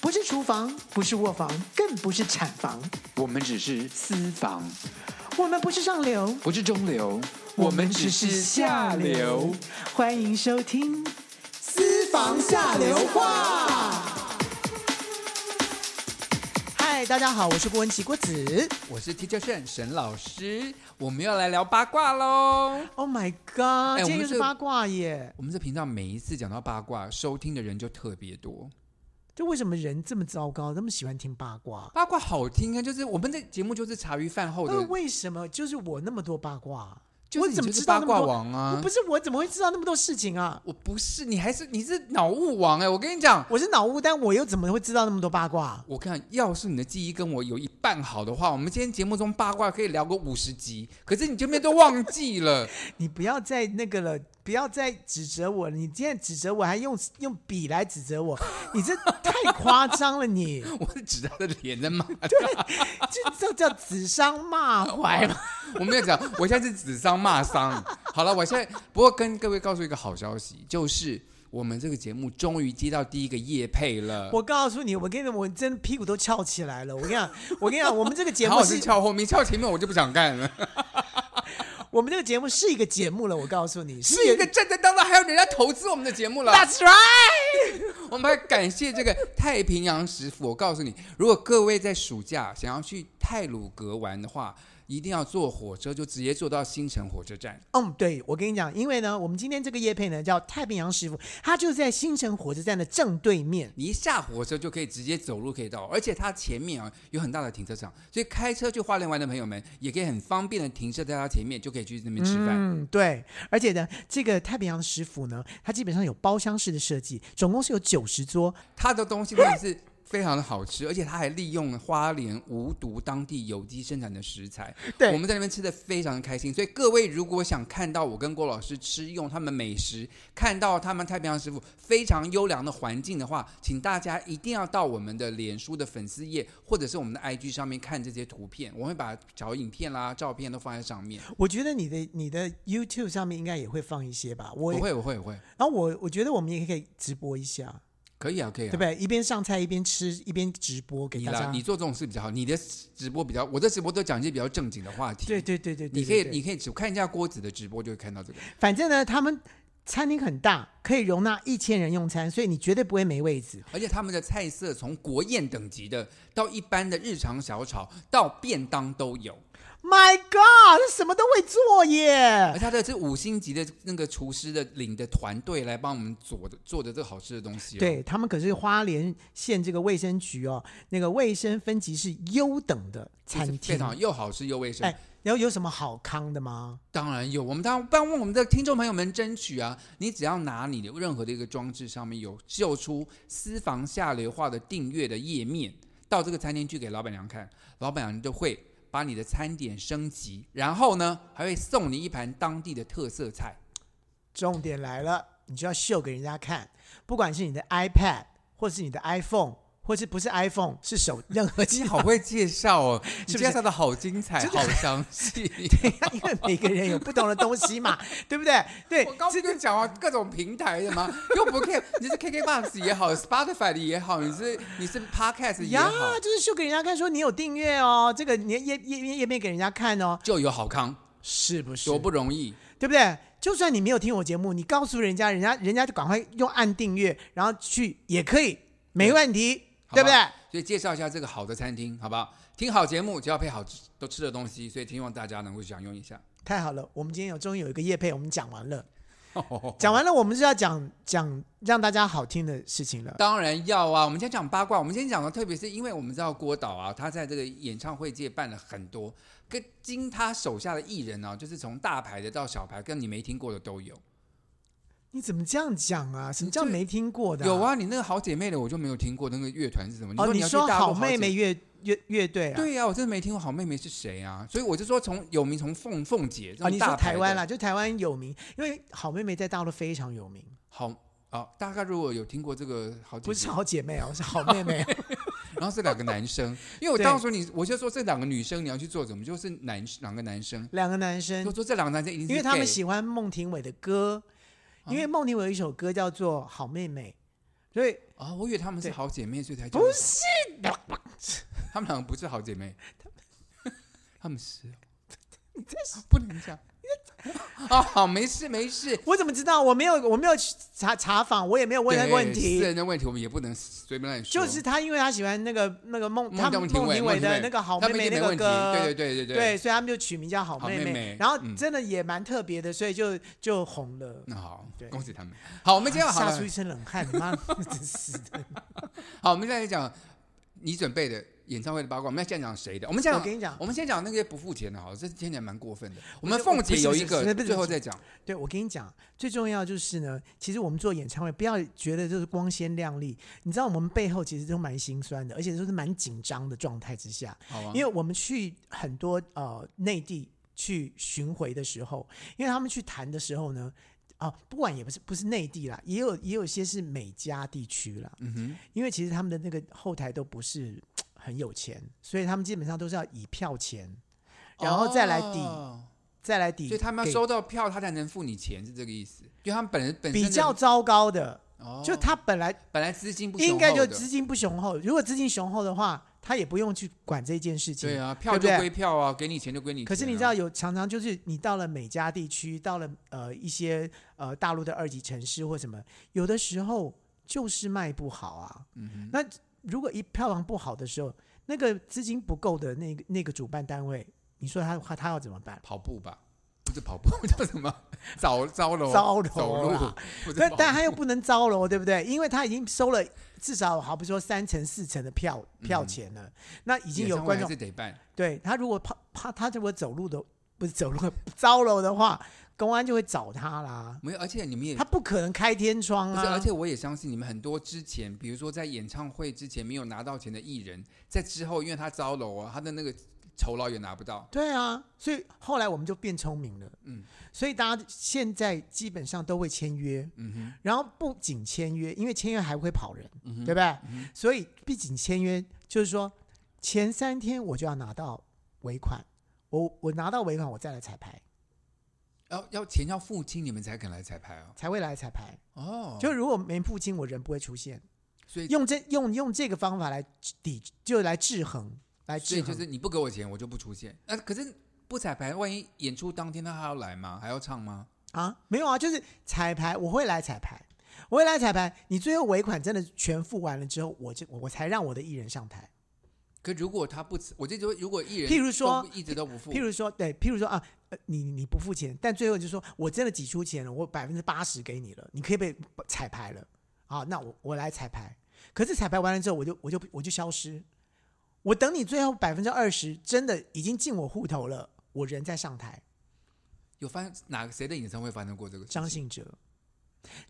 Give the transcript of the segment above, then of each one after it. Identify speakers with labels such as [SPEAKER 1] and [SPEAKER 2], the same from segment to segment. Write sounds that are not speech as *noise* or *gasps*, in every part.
[SPEAKER 1] 不是厨房，不是卧房，更不是产房，
[SPEAKER 2] 我们只是私房，
[SPEAKER 1] 我们不是上流，
[SPEAKER 2] 不是中流，我们只是下流。。
[SPEAKER 1] 欢迎收听《
[SPEAKER 2] 私
[SPEAKER 1] 房下流话》。嗨，大家好，我是郭文琪郭子。
[SPEAKER 2] 我是 Teacher 炫沈老师，我们要来聊八卦喽。
[SPEAKER 1] Oh my god！、今
[SPEAKER 2] 哎我
[SPEAKER 1] 天
[SPEAKER 2] 们
[SPEAKER 1] 又
[SPEAKER 2] 是
[SPEAKER 1] 是八卦耶，
[SPEAKER 2] 我们这频道每一次讲到八卦，收听的人就特别多。
[SPEAKER 1] 就为什么人这么糟糕，那么喜欢听八卦？
[SPEAKER 2] 八卦好听啊，就是我们的节目就是茶余饭后
[SPEAKER 1] 那
[SPEAKER 2] 的，
[SPEAKER 1] 为什么就是我那么多八卦？
[SPEAKER 2] 就是
[SPEAKER 1] 我
[SPEAKER 2] 你
[SPEAKER 1] 怎么
[SPEAKER 2] 就是
[SPEAKER 1] 知道
[SPEAKER 2] 八
[SPEAKER 1] 那么
[SPEAKER 2] 卦
[SPEAKER 1] 多
[SPEAKER 2] 王啊
[SPEAKER 1] 我不？是我怎么会知道那么多事情啊？
[SPEAKER 2] 我不是，你还是你是脑雾王哎、我跟你讲，
[SPEAKER 1] 我是脑雾，但我又怎么会知道那么多八卦？
[SPEAKER 2] 我看，要是你的记忆跟我有一半好的话，我们今天节目中八卦可以聊个五十集。可是你这边都忘记了， *laughs*
[SPEAKER 1] 你不要再那个了，不要再指责我了。你现在指责我还用用笔来指责我，你这太夸张了你！
[SPEAKER 2] 我是指他的脸在骂。
[SPEAKER 1] 这这叫指桑骂槐嘛？
[SPEAKER 2] *laughs* 我没有讲，我现在是指桑骂桑。好了，我现在不过跟各位告诉一个好消息，就是我们这个节目终于接到第一个业配了。
[SPEAKER 1] *laughs* 我告诉你，我跟你我真屁股都翘起来了。我跟你讲，我跟你讲，我们这个节
[SPEAKER 2] 然
[SPEAKER 1] 目
[SPEAKER 2] 后是
[SPEAKER 1] 是，
[SPEAKER 2] 翘后面，翘前面我就不想干了。
[SPEAKER 1] 我们这个节目是一个节目了。我告诉你，
[SPEAKER 2] 是一个正正当当，还有人家投资我们的节目了。
[SPEAKER 1] That's right。
[SPEAKER 2] 我们还感谢这个太平洋食府。我告诉你，如果各位在暑假想要去泰鲁阁玩的话，一定要坐火车，就直接坐到新城火车站。
[SPEAKER 1] 嗯，对，我跟你讲，因为呢，我们今天这个夜配呢叫太平洋师傅，他就在新城火车站的正对面。
[SPEAKER 2] 你一下火车就可以直接走路可以到，而且它前面啊有很大的停车场，所以开车去花莲玩的朋友们也可以很方便的停车在它前面，就可以去那边吃饭。
[SPEAKER 1] 嗯，对，而且呢，这个太平洋食府呢，它基本上有包厢式的设计，总共是有九十桌。
[SPEAKER 2] 它的东西真的是非常的好吃，而且它还利用花莲无毒当地有机生产的食材，
[SPEAKER 1] 对
[SPEAKER 2] 我们在那边吃的非常开心。所以各位如果想看到我跟郭老师吃用他们美食，看到他们太平洋师傅非常优良的环境的话，请大家一定要到我们的脸书的粉丝页或者是我们的 IG 上面看这些图片，我会把小影片啦、照片都放在上面。
[SPEAKER 1] 我觉得你的你的 YouTube 上面应该也会放一些吧。我
[SPEAKER 2] 我，会，我会，我会，
[SPEAKER 1] 然后我我觉得我们也可以直播一下，
[SPEAKER 2] 可以啊，可以
[SPEAKER 1] 对
[SPEAKER 2] 啊
[SPEAKER 1] 不。对？一边上菜一边吃一边直播给
[SPEAKER 2] 你
[SPEAKER 1] 大
[SPEAKER 2] 啦，
[SPEAKER 1] 家
[SPEAKER 2] 你。做这种事比较好。你的直播比较，我的直播都讲一些比较正经的话题。
[SPEAKER 1] 对对对对对，
[SPEAKER 2] 你可
[SPEAKER 1] 对
[SPEAKER 2] 以，
[SPEAKER 1] 对
[SPEAKER 2] 你可以只看一下郭子的直播，就会看到这个。
[SPEAKER 1] 反正呢，他们餐厅很大，可以容纳一千人用餐，所以你绝对不会没位置。
[SPEAKER 2] 而且他们的菜色从国宴等级的，到一般的日常小炒，到便当都有。
[SPEAKER 1] My God，这什么都会做耶
[SPEAKER 2] 而！且他的这五星级的那个厨师的领的团队来帮我们做的做的这个好吃的东西、哦。，
[SPEAKER 1] 对他们可是花莲县这个卫生局哦，那个卫生分级是优等的餐厅
[SPEAKER 2] 非。常又好吃又卫生。
[SPEAKER 1] 哎，然后有什么好康的吗？
[SPEAKER 2] 当然有，我们当然帮我们的听众朋友们争取啊！你只要拿你的任何的一个装置上面有秀出私房下流话的订阅的页面，到这个餐厅去给老板娘看，老板娘就会把你的餐点升级，然后呢还会送你一盘当地的特色菜。
[SPEAKER 1] 重点来了，你就要秀给人家看，不管是你的 iPad，或是你的 iPhone，或是不是 iPhone 是手任何
[SPEAKER 2] 你
[SPEAKER 1] 机
[SPEAKER 2] *laughs* 好会介绍 *laughs* 哦，你
[SPEAKER 1] 是不是
[SPEAKER 2] 介绍的好精彩，
[SPEAKER 1] 真的
[SPEAKER 2] 好详细。
[SPEAKER 1] 台，因为每个人有不同的东西嘛，对不对？对
[SPEAKER 2] *laughs* 我，刚不就讲完各种平台的 *laughs* 吗？又不 care，你是 KKBox 也好，Spotify 的也好，你是你是 Podcast 也
[SPEAKER 1] 呀
[SPEAKER 2] 好，，
[SPEAKER 1] 就是秀给人家看，说你有订阅哦，这个你的页页页页面给人家看哦，
[SPEAKER 2] 就有好康，
[SPEAKER 1] 是不是
[SPEAKER 2] 多？不容易。
[SPEAKER 1] 对不对？就算你没有听我节目，你告诉人家，人家人家就赶快用按订阅，然后去也可以，没问题，
[SPEAKER 2] 好
[SPEAKER 1] 对不对？
[SPEAKER 2] 所以介绍一下这个好的餐厅，好不好？听好节目，只要配好吃都吃的东西，所以希望大家能够享用一下。
[SPEAKER 1] 太好了，我们今天有终于有一个业配，我们讲完了，讲完了，我们是要讲讲让大家好听的事情了。
[SPEAKER 2] *laughs* 当然要啊！我们今天讲八卦，我们今天讲的，特别是因为我们知道郭导啊，他在这个演唱会界办了很多，跟经他手下的艺人啊，就是从大牌的到小牌，跟你没听过的都有。
[SPEAKER 1] 你怎么这样讲啊？什么叫
[SPEAKER 2] 你就
[SPEAKER 1] 没听过的、
[SPEAKER 2] 有，啊，你那个好姐妹的我就没有听过，那个乐团是什么？
[SPEAKER 1] 哦，
[SPEAKER 2] 说
[SPEAKER 1] 你
[SPEAKER 2] 要去大陆
[SPEAKER 1] 好
[SPEAKER 2] 姐
[SPEAKER 1] 妹妹乐乐乐队啊？
[SPEAKER 2] 对呀、我真的没听过好妹妹是谁啊，所以我就说从有名从凤凤姐这
[SPEAKER 1] 啊，你
[SPEAKER 2] 种
[SPEAKER 1] 说
[SPEAKER 2] 大牌
[SPEAKER 1] 台
[SPEAKER 2] 的
[SPEAKER 1] 湾啦，就台湾有名，因为好妹妹在大陆非常有名，
[SPEAKER 2] 好啊，大概如果有听过这个好姐
[SPEAKER 1] 不
[SPEAKER 2] 姐
[SPEAKER 1] 是好姐妹哦，是好妹妹。 *laughs*
[SPEAKER 2] 然后是两个男生，因为我
[SPEAKER 1] 对
[SPEAKER 2] 当时你我就说这两个女生你要去做什么，就是男两个男生，
[SPEAKER 1] 两个男生
[SPEAKER 2] 就，说这两个男生一定
[SPEAKER 1] 嗯
[SPEAKER 2] 是
[SPEAKER 1] 因为他们
[SPEAKER 2] gay 嗯
[SPEAKER 1] 喜欢孟庭苇的歌，因为孟庭苇有一首歌叫做《好妹妹》，所以
[SPEAKER 2] 啊、我以为她们是
[SPEAKER 1] 对
[SPEAKER 2] 好姐妹，所以才
[SPEAKER 1] 不
[SPEAKER 2] 是，她们两个不是好姐妹， *laughs* 她
[SPEAKER 1] *laughs*
[SPEAKER 2] 们是哦，不能讲啊，好，没事没事。
[SPEAKER 1] 我怎么知道？我没有，我没有去查查访，我也没有问那个
[SPEAKER 2] 对
[SPEAKER 1] 问
[SPEAKER 2] 私
[SPEAKER 1] 题。
[SPEAKER 2] 人的问题我们也不能随便乱说，
[SPEAKER 1] 就是他，因为他喜欢那个那个孟，
[SPEAKER 2] 孟
[SPEAKER 1] 他
[SPEAKER 2] 孟
[SPEAKER 1] 们
[SPEAKER 2] 庭
[SPEAKER 1] 孟
[SPEAKER 2] 苇
[SPEAKER 1] 庭
[SPEAKER 2] 孟
[SPEAKER 1] 苇
[SPEAKER 2] 庭
[SPEAKER 1] 的
[SPEAKER 2] 苇
[SPEAKER 1] 那个好
[SPEAKER 2] 他
[SPEAKER 1] 妹
[SPEAKER 2] 们
[SPEAKER 1] 妹
[SPEAKER 2] 一定
[SPEAKER 1] 那
[SPEAKER 2] 没
[SPEAKER 1] 个歌，
[SPEAKER 2] 问题，对对对对
[SPEAKER 1] 对，所以他们就取名叫好
[SPEAKER 2] 好妹
[SPEAKER 1] 妹
[SPEAKER 2] 妹
[SPEAKER 1] 然后
[SPEAKER 2] 嗯
[SPEAKER 1] 真的也蛮特别的，所以就就红了。
[SPEAKER 2] 那好
[SPEAKER 1] 对，
[SPEAKER 2] 恭喜他们。好，我们今天好
[SPEAKER 1] 吓
[SPEAKER 2] 了
[SPEAKER 1] 出一，身冷汗，妈， *laughs* 真是的！
[SPEAKER 2] 好，我们现在讲你准备的演唱会的八卦，我们要先讲谁的？我们先
[SPEAKER 1] 我
[SPEAKER 2] 讲，
[SPEAKER 1] 跟你讲，
[SPEAKER 2] 我们先讲那些不付钱的，好了，这听起来蛮过分的。
[SPEAKER 1] 不
[SPEAKER 2] 我
[SPEAKER 1] 是
[SPEAKER 2] 们凤姐有一
[SPEAKER 1] 我不是
[SPEAKER 2] 个，
[SPEAKER 1] 不是
[SPEAKER 2] 最后再讲。
[SPEAKER 1] 对我跟你讲，最重要就是呢，其实我们做演唱会，不要觉得就是光鲜亮丽，你知道我们背后其实都蛮心酸的，而且都是蛮紧张的状态之下，
[SPEAKER 2] 好啊，
[SPEAKER 1] 因为我们去很多呃内地去巡回的时候，因为他们去谈的时候呢，啊、不管也不是不是内地啦，也有也有些是美加地区啦，
[SPEAKER 2] 嗯哼，
[SPEAKER 1] 因为其实他们的那个后台都不是很有钱，所以他们基本上都是要以票钱，然后再来抵，
[SPEAKER 2] 哦
[SPEAKER 1] 再来抵，
[SPEAKER 2] 所以他们要收到票，他才能付你钱，是这个意思。因为他们本人本身
[SPEAKER 1] 比
[SPEAKER 2] 的
[SPEAKER 1] 较，糟糕的，
[SPEAKER 2] 哦
[SPEAKER 1] 就他本来
[SPEAKER 2] 本来资金不雄
[SPEAKER 1] 应该
[SPEAKER 2] 厚
[SPEAKER 1] 就
[SPEAKER 2] 的
[SPEAKER 1] 资金不雄厚，如果资金雄厚的话，他也不用去管这件事情。
[SPEAKER 2] 对啊，票
[SPEAKER 1] 对不
[SPEAKER 2] 就
[SPEAKER 1] 对
[SPEAKER 2] 归票啊，给你钱就归你钱啊。
[SPEAKER 1] 可是你知道有常常就是你到了美加地区，到了呃一些呃大陆的二级城市或什么，有的时候就是卖不好啊。
[SPEAKER 2] 嗯
[SPEAKER 1] 那如果一票房不好的时候，那个资金不够的那个那个主办单位，你说他他他要怎么办？
[SPEAKER 2] 跑步吧，不是跑步 *laughs* 叫什么？糟糟了，
[SPEAKER 1] 糟啊了
[SPEAKER 2] 走路
[SPEAKER 1] 啦，
[SPEAKER 2] 不是
[SPEAKER 1] 但
[SPEAKER 2] 跑
[SPEAKER 1] 但他又
[SPEAKER 2] 步
[SPEAKER 1] 不能招楼，对不对？因为他已经收了至少好比说三成四成的票票钱
[SPEAKER 2] 嗯
[SPEAKER 1] 了，那已经
[SPEAKER 2] 演
[SPEAKER 1] 有
[SPEAKER 2] 唱会
[SPEAKER 1] 观
[SPEAKER 2] 还
[SPEAKER 1] 众
[SPEAKER 2] 是得办。
[SPEAKER 1] 对他如果怕怕他如果走路的不是走路招楼的话，公安就会找他啦。
[SPEAKER 2] 没有，而且你们也
[SPEAKER 1] 他不可能开天窗
[SPEAKER 2] 嗯不是，而
[SPEAKER 1] 啊！
[SPEAKER 2] 且我也相信你们很多之前，比如说在演唱会之前没有拿到钱的艺人，在之后因为他招楼啊，他的那个酬劳也拿不到。
[SPEAKER 1] 对啊，所以后来我们就变聪明了，
[SPEAKER 2] 嗯
[SPEAKER 1] 所以大家现在基本上都会签约，
[SPEAKER 2] 嗯哼，
[SPEAKER 1] 然后不仅签约，因为签约还会跑人，
[SPEAKER 2] 嗯哼
[SPEAKER 1] 对不对？
[SPEAKER 2] 嗯
[SPEAKER 1] 所以不仅签约，就是说前三天我就要拿到尾款，我我拿到尾款，我再来彩排，
[SPEAKER 2] 要要钱要付清，你们才肯来彩排哦。
[SPEAKER 1] 才会来彩排。
[SPEAKER 2] 哦，
[SPEAKER 1] 就如果没付清，我人不会出现。
[SPEAKER 2] 所以
[SPEAKER 1] 用这用用这个方法来抵，就来制衡，来
[SPEAKER 2] 所
[SPEAKER 1] 制
[SPEAKER 2] 以
[SPEAKER 1] 衡。
[SPEAKER 2] 就是你不给我钱，我就不出现。那、可是不彩排，万一演出当天他还要来吗？还要唱吗？
[SPEAKER 1] 啊，没有啊，就是彩排，我会来彩排，我会来彩排。你最后尾款真的全付完了之后，我就我我才让我的艺人上台。
[SPEAKER 2] 可如果他不，我就说如果艺人
[SPEAKER 1] 譬如说
[SPEAKER 2] 都不一直都不付，
[SPEAKER 1] 譬如说，对，譬如说啊，呃你你不付钱，但最后就说我真的挤出钱了，我百分之八十给你了，你可以被彩排了。好，那我我来彩排。可是彩排完了之后，我就我就我就消失，我等你最后百分之二十真的已经进我户头了，我人再上台。
[SPEAKER 2] 有发生哪个谁的演唱会发生过这个事情？
[SPEAKER 1] 张信哲，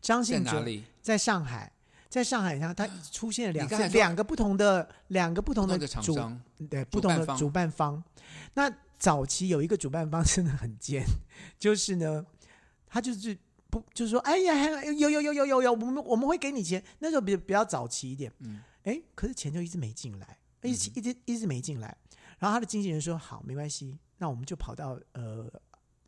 [SPEAKER 1] 张
[SPEAKER 2] 在
[SPEAKER 1] 信
[SPEAKER 2] 哪
[SPEAKER 1] 哲
[SPEAKER 2] 里？
[SPEAKER 1] 在上海，在上海上，它出现了两
[SPEAKER 2] 啊你刚才
[SPEAKER 1] 次
[SPEAKER 2] 说
[SPEAKER 1] 两个不同的两个不
[SPEAKER 2] 不
[SPEAKER 1] 同
[SPEAKER 2] 同
[SPEAKER 1] 的
[SPEAKER 2] 的厂
[SPEAKER 1] 主
[SPEAKER 2] 商
[SPEAKER 1] 对
[SPEAKER 2] 主
[SPEAKER 1] 不同
[SPEAKER 2] 办
[SPEAKER 1] 的
[SPEAKER 2] 方
[SPEAKER 1] 主办方。那早期有一个主办方真的很尖，就是呢，他就是不就是说，哎呀，还有有有有有有，我们我们会给你钱。那时候比比较早期一点，
[SPEAKER 2] 嗯
[SPEAKER 1] 哎，可是钱就一直没进来，一直
[SPEAKER 2] 嗯
[SPEAKER 1] 一直一直没进来。然后他的经纪人说：“好，没关系，那我们就跑到呃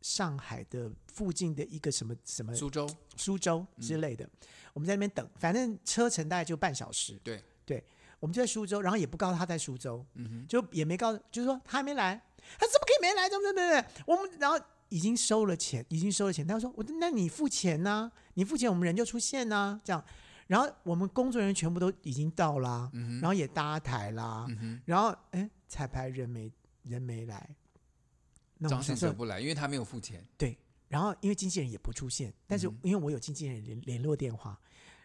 [SPEAKER 1] 上海的附近的一个什么什么
[SPEAKER 2] 苏州，
[SPEAKER 1] 苏州之类的，我们在那边等，反正车程大概就半小时。
[SPEAKER 2] 嗯对
[SPEAKER 1] 对，我们就在苏州，然后也不告诉他在苏州，
[SPEAKER 2] 嗯哼。
[SPEAKER 1] 就也没告诉，就是说他还没来，他怎么可以没来？怎么怎么怎么？我们然后已经收了钱，已经收了钱，他说我那你付钱呐、你付钱我们人就出现呐、这样，然后我们工作人员全部都已经到啦，
[SPEAKER 2] 嗯
[SPEAKER 1] 然后也搭台啦，
[SPEAKER 2] 哼，嗯哼，
[SPEAKER 1] 然后哎彩排人没人没来，那我
[SPEAKER 2] 张
[SPEAKER 1] 们想
[SPEAKER 2] 信
[SPEAKER 1] 说
[SPEAKER 2] 哲不来，因为他没有付钱。
[SPEAKER 1] 然后因为经纪人也不出现，但是
[SPEAKER 2] 嗯
[SPEAKER 1] 因为我有经纪人联联络电话，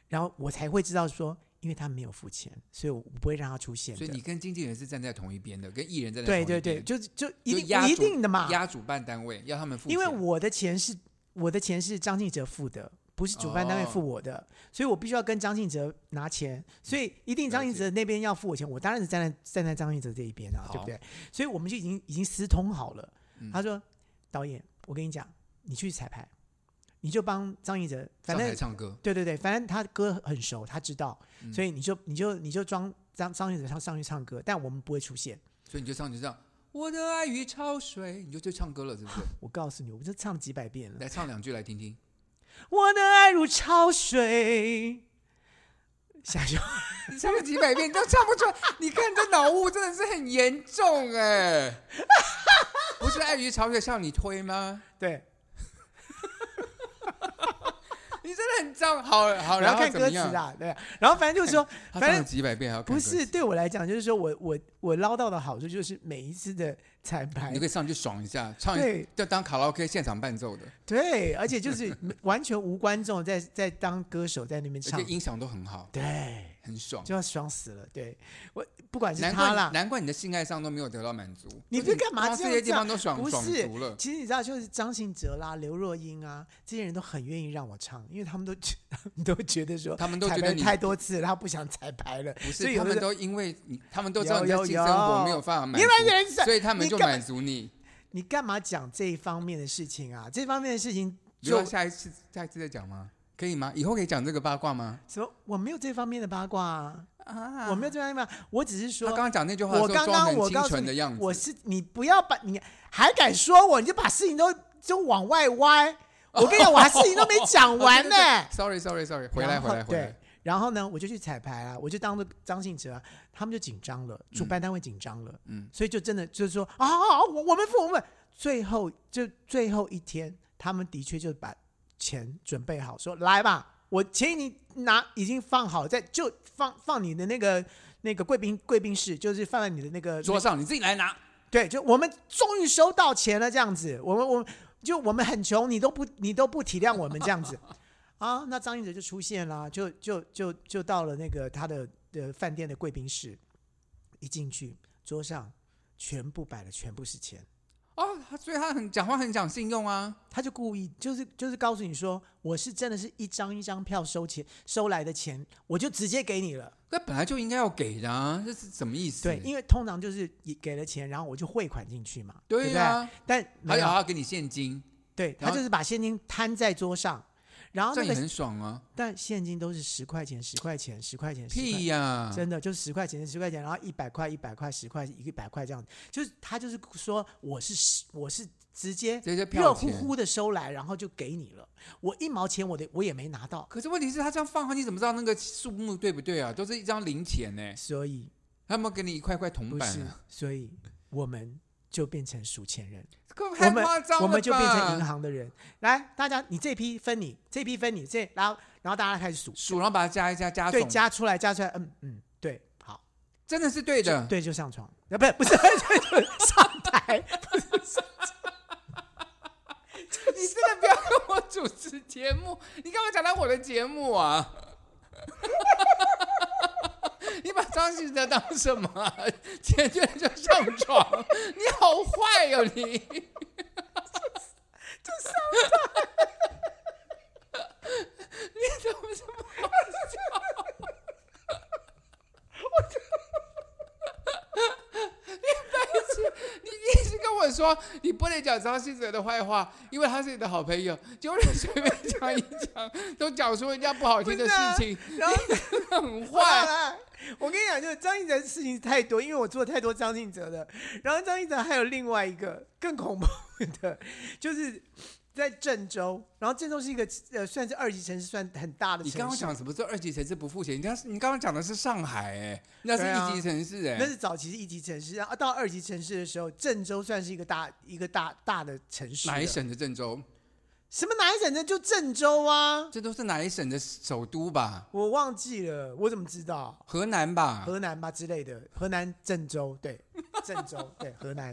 [SPEAKER 1] 然后我才会知道说，因为他没有付钱，所以我不会让他出现的。
[SPEAKER 2] 所以你跟经纪人是站在同一边的，跟艺人站在
[SPEAKER 1] 对
[SPEAKER 2] 同
[SPEAKER 1] 对
[SPEAKER 2] 一
[SPEAKER 1] 对，
[SPEAKER 2] 边
[SPEAKER 1] 就就一定
[SPEAKER 2] 压
[SPEAKER 1] 一
[SPEAKER 2] 住
[SPEAKER 1] 定的嘛，
[SPEAKER 2] 压主办单位要他们付钱，
[SPEAKER 1] 因为我的钱是我的钱是张信哲付的，不是主办单位
[SPEAKER 2] 哦
[SPEAKER 1] 付我的，所以我必须要跟张信哲拿钱，所以一定张信哲那边要付我钱，我当然是站在站在张信哲这一边啊，
[SPEAKER 2] 好
[SPEAKER 1] 对不对？所以我们就已经已经私通好了。
[SPEAKER 2] 嗯
[SPEAKER 1] 他说：“导演，我跟你讲，你去彩排，你就帮张信哲，反
[SPEAKER 2] 上
[SPEAKER 1] 正
[SPEAKER 2] 台唱歌，
[SPEAKER 1] 对对对，反正他歌很熟，他知道，
[SPEAKER 2] 嗯
[SPEAKER 1] 所以你就你就你就装张张信哲上上去唱歌，但我们不会出现。
[SPEAKER 2] 所以你就上去这样，我的爱与潮水，你就就唱歌了，
[SPEAKER 1] *laughs*
[SPEAKER 2] 是不是？
[SPEAKER 1] 我告诉你，我这唱了几百遍了。*laughs*
[SPEAKER 2] 来唱两句来听听。
[SPEAKER 1] 我的爱如潮水，下
[SPEAKER 2] *laughs*
[SPEAKER 1] 修，
[SPEAKER 2] 你唱了几百遍你都唱不出来，你看你这脑雾真的是很严重哎、不是碍于曹雪向你推吗？
[SPEAKER 1] 对，
[SPEAKER 2] 你真的很脏。好了好了，
[SPEAKER 1] 然后看
[SPEAKER 2] 哦怎
[SPEAKER 1] 歌
[SPEAKER 2] 么
[SPEAKER 1] 词
[SPEAKER 2] 样？
[SPEAKER 1] 啊，对，然后反正就是
[SPEAKER 2] *laughs*
[SPEAKER 1] 说，
[SPEAKER 2] 他
[SPEAKER 1] 反
[SPEAKER 2] 唱
[SPEAKER 1] 正
[SPEAKER 2] 了几百遍还要看
[SPEAKER 1] 不
[SPEAKER 2] 歌
[SPEAKER 1] 是
[SPEAKER 2] 词，
[SPEAKER 1] 对我来讲，就是说我我我捞到的好处就是每一次的彩排
[SPEAKER 2] 你可，以上去爽一下，唱一
[SPEAKER 1] 对
[SPEAKER 2] 就当卡拉 OK 现场伴奏的，
[SPEAKER 1] 对，而且就是
[SPEAKER 2] *laughs*
[SPEAKER 1] 完全无观众在在当歌手在那边
[SPEAKER 2] 而
[SPEAKER 1] 唱
[SPEAKER 2] 且，音响都很好，
[SPEAKER 1] 对，
[SPEAKER 2] 很爽。
[SPEAKER 1] 就要爽死了。对我不管是
[SPEAKER 2] 难
[SPEAKER 1] 他
[SPEAKER 2] 怪
[SPEAKER 1] 啦，
[SPEAKER 2] 难怪你的性爱上都没有得到满足，
[SPEAKER 1] 你
[SPEAKER 2] 就是
[SPEAKER 1] 这干嘛
[SPEAKER 2] 光
[SPEAKER 1] 这
[SPEAKER 2] 这
[SPEAKER 1] 样
[SPEAKER 2] 些地
[SPEAKER 1] 子啊
[SPEAKER 2] 方都爽
[SPEAKER 1] 不
[SPEAKER 2] 爽
[SPEAKER 1] 是
[SPEAKER 2] 足了？
[SPEAKER 1] 其实你知道，就是张信哲啦、刘若英啊，这些人都很愿意让我唱，因为他们都他们都觉 *laughs* 得说
[SPEAKER 2] 他们都
[SPEAKER 1] 彩
[SPEAKER 2] 觉
[SPEAKER 1] 排
[SPEAKER 2] 得你
[SPEAKER 1] 太多次了，他不想彩排了，
[SPEAKER 2] 不
[SPEAKER 1] 所
[SPEAKER 2] 是，
[SPEAKER 1] 以有
[SPEAKER 2] 他们
[SPEAKER 1] 的
[SPEAKER 2] 都因为你，他们都知道你在
[SPEAKER 1] 有有
[SPEAKER 2] 性生活
[SPEAKER 1] 有
[SPEAKER 2] 没有办法满
[SPEAKER 1] 你们
[SPEAKER 2] 足，
[SPEAKER 1] 人生
[SPEAKER 2] 所以他们
[SPEAKER 1] 你
[SPEAKER 2] 就
[SPEAKER 1] 干嘛
[SPEAKER 2] 满足你。
[SPEAKER 1] 你干嘛讲这一方面的事情啊？这方面的事情就
[SPEAKER 2] 留到下一次，下一次再讲吗？可以吗？以后可以讲这个八卦吗？
[SPEAKER 1] 什么？我没有这方面的八卦啊，
[SPEAKER 2] 啊
[SPEAKER 1] 我没有这方面的八卦，我只是
[SPEAKER 2] 他
[SPEAKER 1] 说
[SPEAKER 2] 刚刚讲那句话的时
[SPEAKER 1] 我
[SPEAKER 2] 候，
[SPEAKER 1] 刚
[SPEAKER 2] 装
[SPEAKER 1] 刚
[SPEAKER 2] 得
[SPEAKER 1] 我
[SPEAKER 2] 很清
[SPEAKER 1] 告诉
[SPEAKER 2] 纯的
[SPEAKER 1] 你
[SPEAKER 2] 样，子。
[SPEAKER 1] 我是你不要把你还敢说我，你就把事情都就往外歪。我跟你讲，我还事情都没讲完呢、
[SPEAKER 2] *laughs* Sorry，Sorry，Sorry，回来，
[SPEAKER 1] 然后
[SPEAKER 2] 回来，回来
[SPEAKER 1] 对。然后呢，我就去彩排啊，我就当做张信哲啊，他们就紧张了，主办单位紧张了，
[SPEAKER 2] 嗯
[SPEAKER 1] 所以就真的就是说啊，啊啊我我们付我们最后就最后一天，他们的确就把钱准备好，说来吧，我请你拿已经放好，在就放放你的那个那个贵宾贵宾室，就是放在你的那个
[SPEAKER 2] 桌上你自己来拿，
[SPEAKER 1] 对，就我们终于收到钱了，这样子，我们我们就我们很穷，你都不你都不体谅我们这样子 *laughs* 啊。那张信哲就出现啦，就就就就到了那个他的的饭店的贵宾室，一进去桌上全部摆的全部是钱，
[SPEAKER 2] 哦，他所以他很讲话很讲信用啊，
[SPEAKER 1] 他就故意就是就是告诉你说，我是真的是一张一张票收钱收来的钱，我就直接给你了。
[SPEAKER 2] 那本来就应该要给的啊，这是什么意思？
[SPEAKER 1] 对，因为通常就是你给了钱，然后我就汇款进去嘛，对
[SPEAKER 2] 对啊，
[SPEAKER 1] 不对？但
[SPEAKER 2] 还
[SPEAKER 1] 没
[SPEAKER 2] 有
[SPEAKER 1] 有
[SPEAKER 2] 还。要给你现金，
[SPEAKER 1] 对他
[SPEAKER 2] 然后
[SPEAKER 1] 就是把现金摊在桌上，然后
[SPEAKER 2] 这
[SPEAKER 1] 那
[SPEAKER 2] 样也
[SPEAKER 1] 个
[SPEAKER 2] 很爽啊，
[SPEAKER 1] 但现金都是十块钱、十块钱、十块钱、十块
[SPEAKER 2] 屁呀！
[SPEAKER 1] 真的就是十块钱、十块钱，然后一百块、一百块、十块、一百块这样子，就是他就是说我是我是直接
[SPEAKER 2] 这些票
[SPEAKER 1] 热乎
[SPEAKER 2] 钱。
[SPEAKER 1] 乎的收来，然后就给你了，我一毛钱我的我也没拿到，
[SPEAKER 2] 可是问题是，他这样放，你怎么知道那个数目对不对啊？都是一张零钱呢、
[SPEAKER 1] 所以
[SPEAKER 2] 他有没有给你一块块铜
[SPEAKER 1] 不
[SPEAKER 2] 板、
[SPEAKER 1] 是
[SPEAKER 2] 啊？，
[SPEAKER 1] 所以我们就变成数钱人。
[SPEAKER 2] 这个
[SPEAKER 1] 我
[SPEAKER 2] 太
[SPEAKER 1] 们
[SPEAKER 2] 夸张了吧
[SPEAKER 1] 我们就变成银行的人，来，大家你这批分你，这批分你，这然后然后大家开始数，
[SPEAKER 2] 数，然后把它加一加，加
[SPEAKER 1] 对，
[SPEAKER 2] 总，
[SPEAKER 1] 加出来，加出来，嗯嗯，对，好，
[SPEAKER 2] 真的是对的。 *laughs*
[SPEAKER 1] 对，就上床，啊，不 *laughs* 是不是，就上台，
[SPEAKER 2] 你真的不要跟我主持节目，你干嘛讲到我的节目啊？你把张信哲当什么、啊？解决就上床，你好坏哟、你！就上你怎么这么好笑？ *laughs* 你一直跟我说你不能讲张信哲的坏话，因为他是你的好朋友，结果你随便讲一讲，都讲出人家不好听的事情，
[SPEAKER 1] 然后
[SPEAKER 2] 很坏。
[SPEAKER 1] 坏。我跟你讲，就是张信哲的事情太多，因为我做太多张信哲的。然后张信哲还有另外一个更恐怖的， *laughs* 就是在郑州。然后郑州是一个呃，算是二级城市，算很大的
[SPEAKER 2] 你
[SPEAKER 1] 城市。
[SPEAKER 2] 刚刚讲什么？这二级城市不付钱？你刚你刚刚讲的是上海、哎，那
[SPEAKER 1] 对啊
[SPEAKER 2] 是一级城市、哎、
[SPEAKER 1] 那是早期是一级城市，然后到二级城市的时候，郑州算是一个大一个大大的城市了。
[SPEAKER 2] 哪一省的郑州？
[SPEAKER 1] 什么哪一省呢？就郑州啊，
[SPEAKER 2] 这都是哪一省的首都吧？
[SPEAKER 1] 我忘记了，我怎么知道？
[SPEAKER 2] 河南吧？
[SPEAKER 1] 河南吧之类的，河南郑州
[SPEAKER 2] *laughs*
[SPEAKER 1] 对，郑州对河南。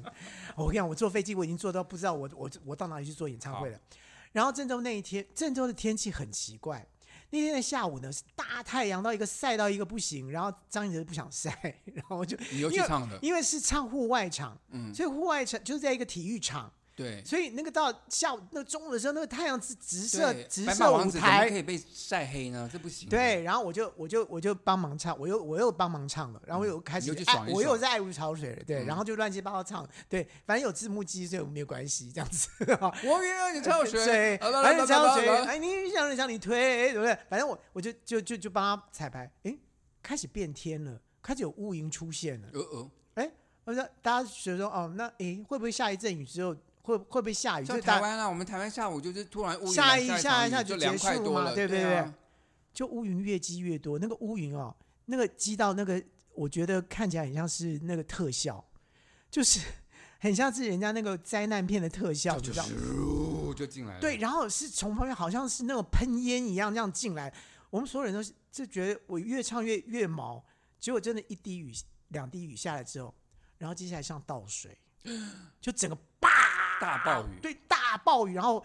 [SPEAKER 1] 哦我跟你讲，我坐飞机我已经坐到不知道我我我到哪里去做演唱会了。然后郑州那一天，郑州的天气很奇怪。那天的下午呢，是大太阳到一个晒到一个不行，然后张信哲不想晒， *laughs* 然后就
[SPEAKER 2] 你又去唱了？
[SPEAKER 1] 因为是唱户外场，
[SPEAKER 2] 嗯，
[SPEAKER 1] 所以户外场就是在一个体育场，
[SPEAKER 2] 对。
[SPEAKER 1] 所以那个到下午那个中午的时候，那个太阳是直射
[SPEAKER 2] 对
[SPEAKER 1] 直
[SPEAKER 2] 白马
[SPEAKER 1] 射
[SPEAKER 2] 王
[SPEAKER 1] 舞
[SPEAKER 2] 子怎么
[SPEAKER 1] 台
[SPEAKER 2] 可，以被晒黑呢？这不行。
[SPEAKER 1] 对，，然后我就我就我就帮忙唱，我又我又帮忙唱了，然后我又开
[SPEAKER 2] 你
[SPEAKER 1] 始
[SPEAKER 2] 又去
[SPEAKER 1] 爱
[SPEAKER 2] 爽一
[SPEAKER 1] 我
[SPEAKER 2] 爽
[SPEAKER 1] 又在爱如潮水了，对，
[SPEAKER 2] 嗯
[SPEAKER 1] 然后就乱七八糟唱，对，反正有字幕机，所以我们没有关系，这样子。
[SPEAKER 2] 我以啊为你跳
[SPEAKER 1] *laughs*
[SPEAKER 2] 水，
[SPEAKER 1] 对反正潮水，哎，你想你想你推，对不对？反正我我就就就就帮他彩排，哎，开始变天了，开始有乌云出现了，
[SPEAKER 2] 呃呃，
[SPEAKER 1] 我说大家觉得说，哦，那哎会不会下一阵雨之后会会不会下雨？就
[SPEAKER 2] 像
[SPEAKER 1] 哎大
[SPEAKER 2] 台湾啊，我们台湾下午就是突然乌云
[SPEAKER 1] 下
[SPEAKER 2] 来
[SPEAKER 1] 一
[SPEAKER 2] 一
[SPEAKER 1] 下
[SPEAKER 2] 下
[SPEAKER 1] 一下就
[SPEAKER 2] 就凉
[SPEAKER 1] 结
[SPEAKER 2] 快
[SPEAKER 1] 束
[SPEAKER 2] 多
[SPEAKER 1] 嘛
[SPEAKER 2] 了，
[SPEAKER 1] 对不
[SPEAKER 2] 对
[SPEAKER 1] 对
[SPEAKER 2] 啊
[SPEAKER 1] 就乌云越积越多，那个乌云哦，那个积到那个，我觉得看起来很像是那个特效，就是很像是人家那个灾难片的特效，你
[SPEAKER 2] 就
[SPEAKER 1] 知道吗？
[SPEAKER 2] 咻就进来了。
[SPEAKER 1] 对，，然后是从旁边好像是那种喷烟一样这样进来，我们所有人都是就觉得我越唱越越毛，结果真的一滴雨两滴雨下来之后，然后接下来像倒水，就整个
[SPEAKER 2] 大暴雨。
[SPEAKER 1] 对大暴雨，然后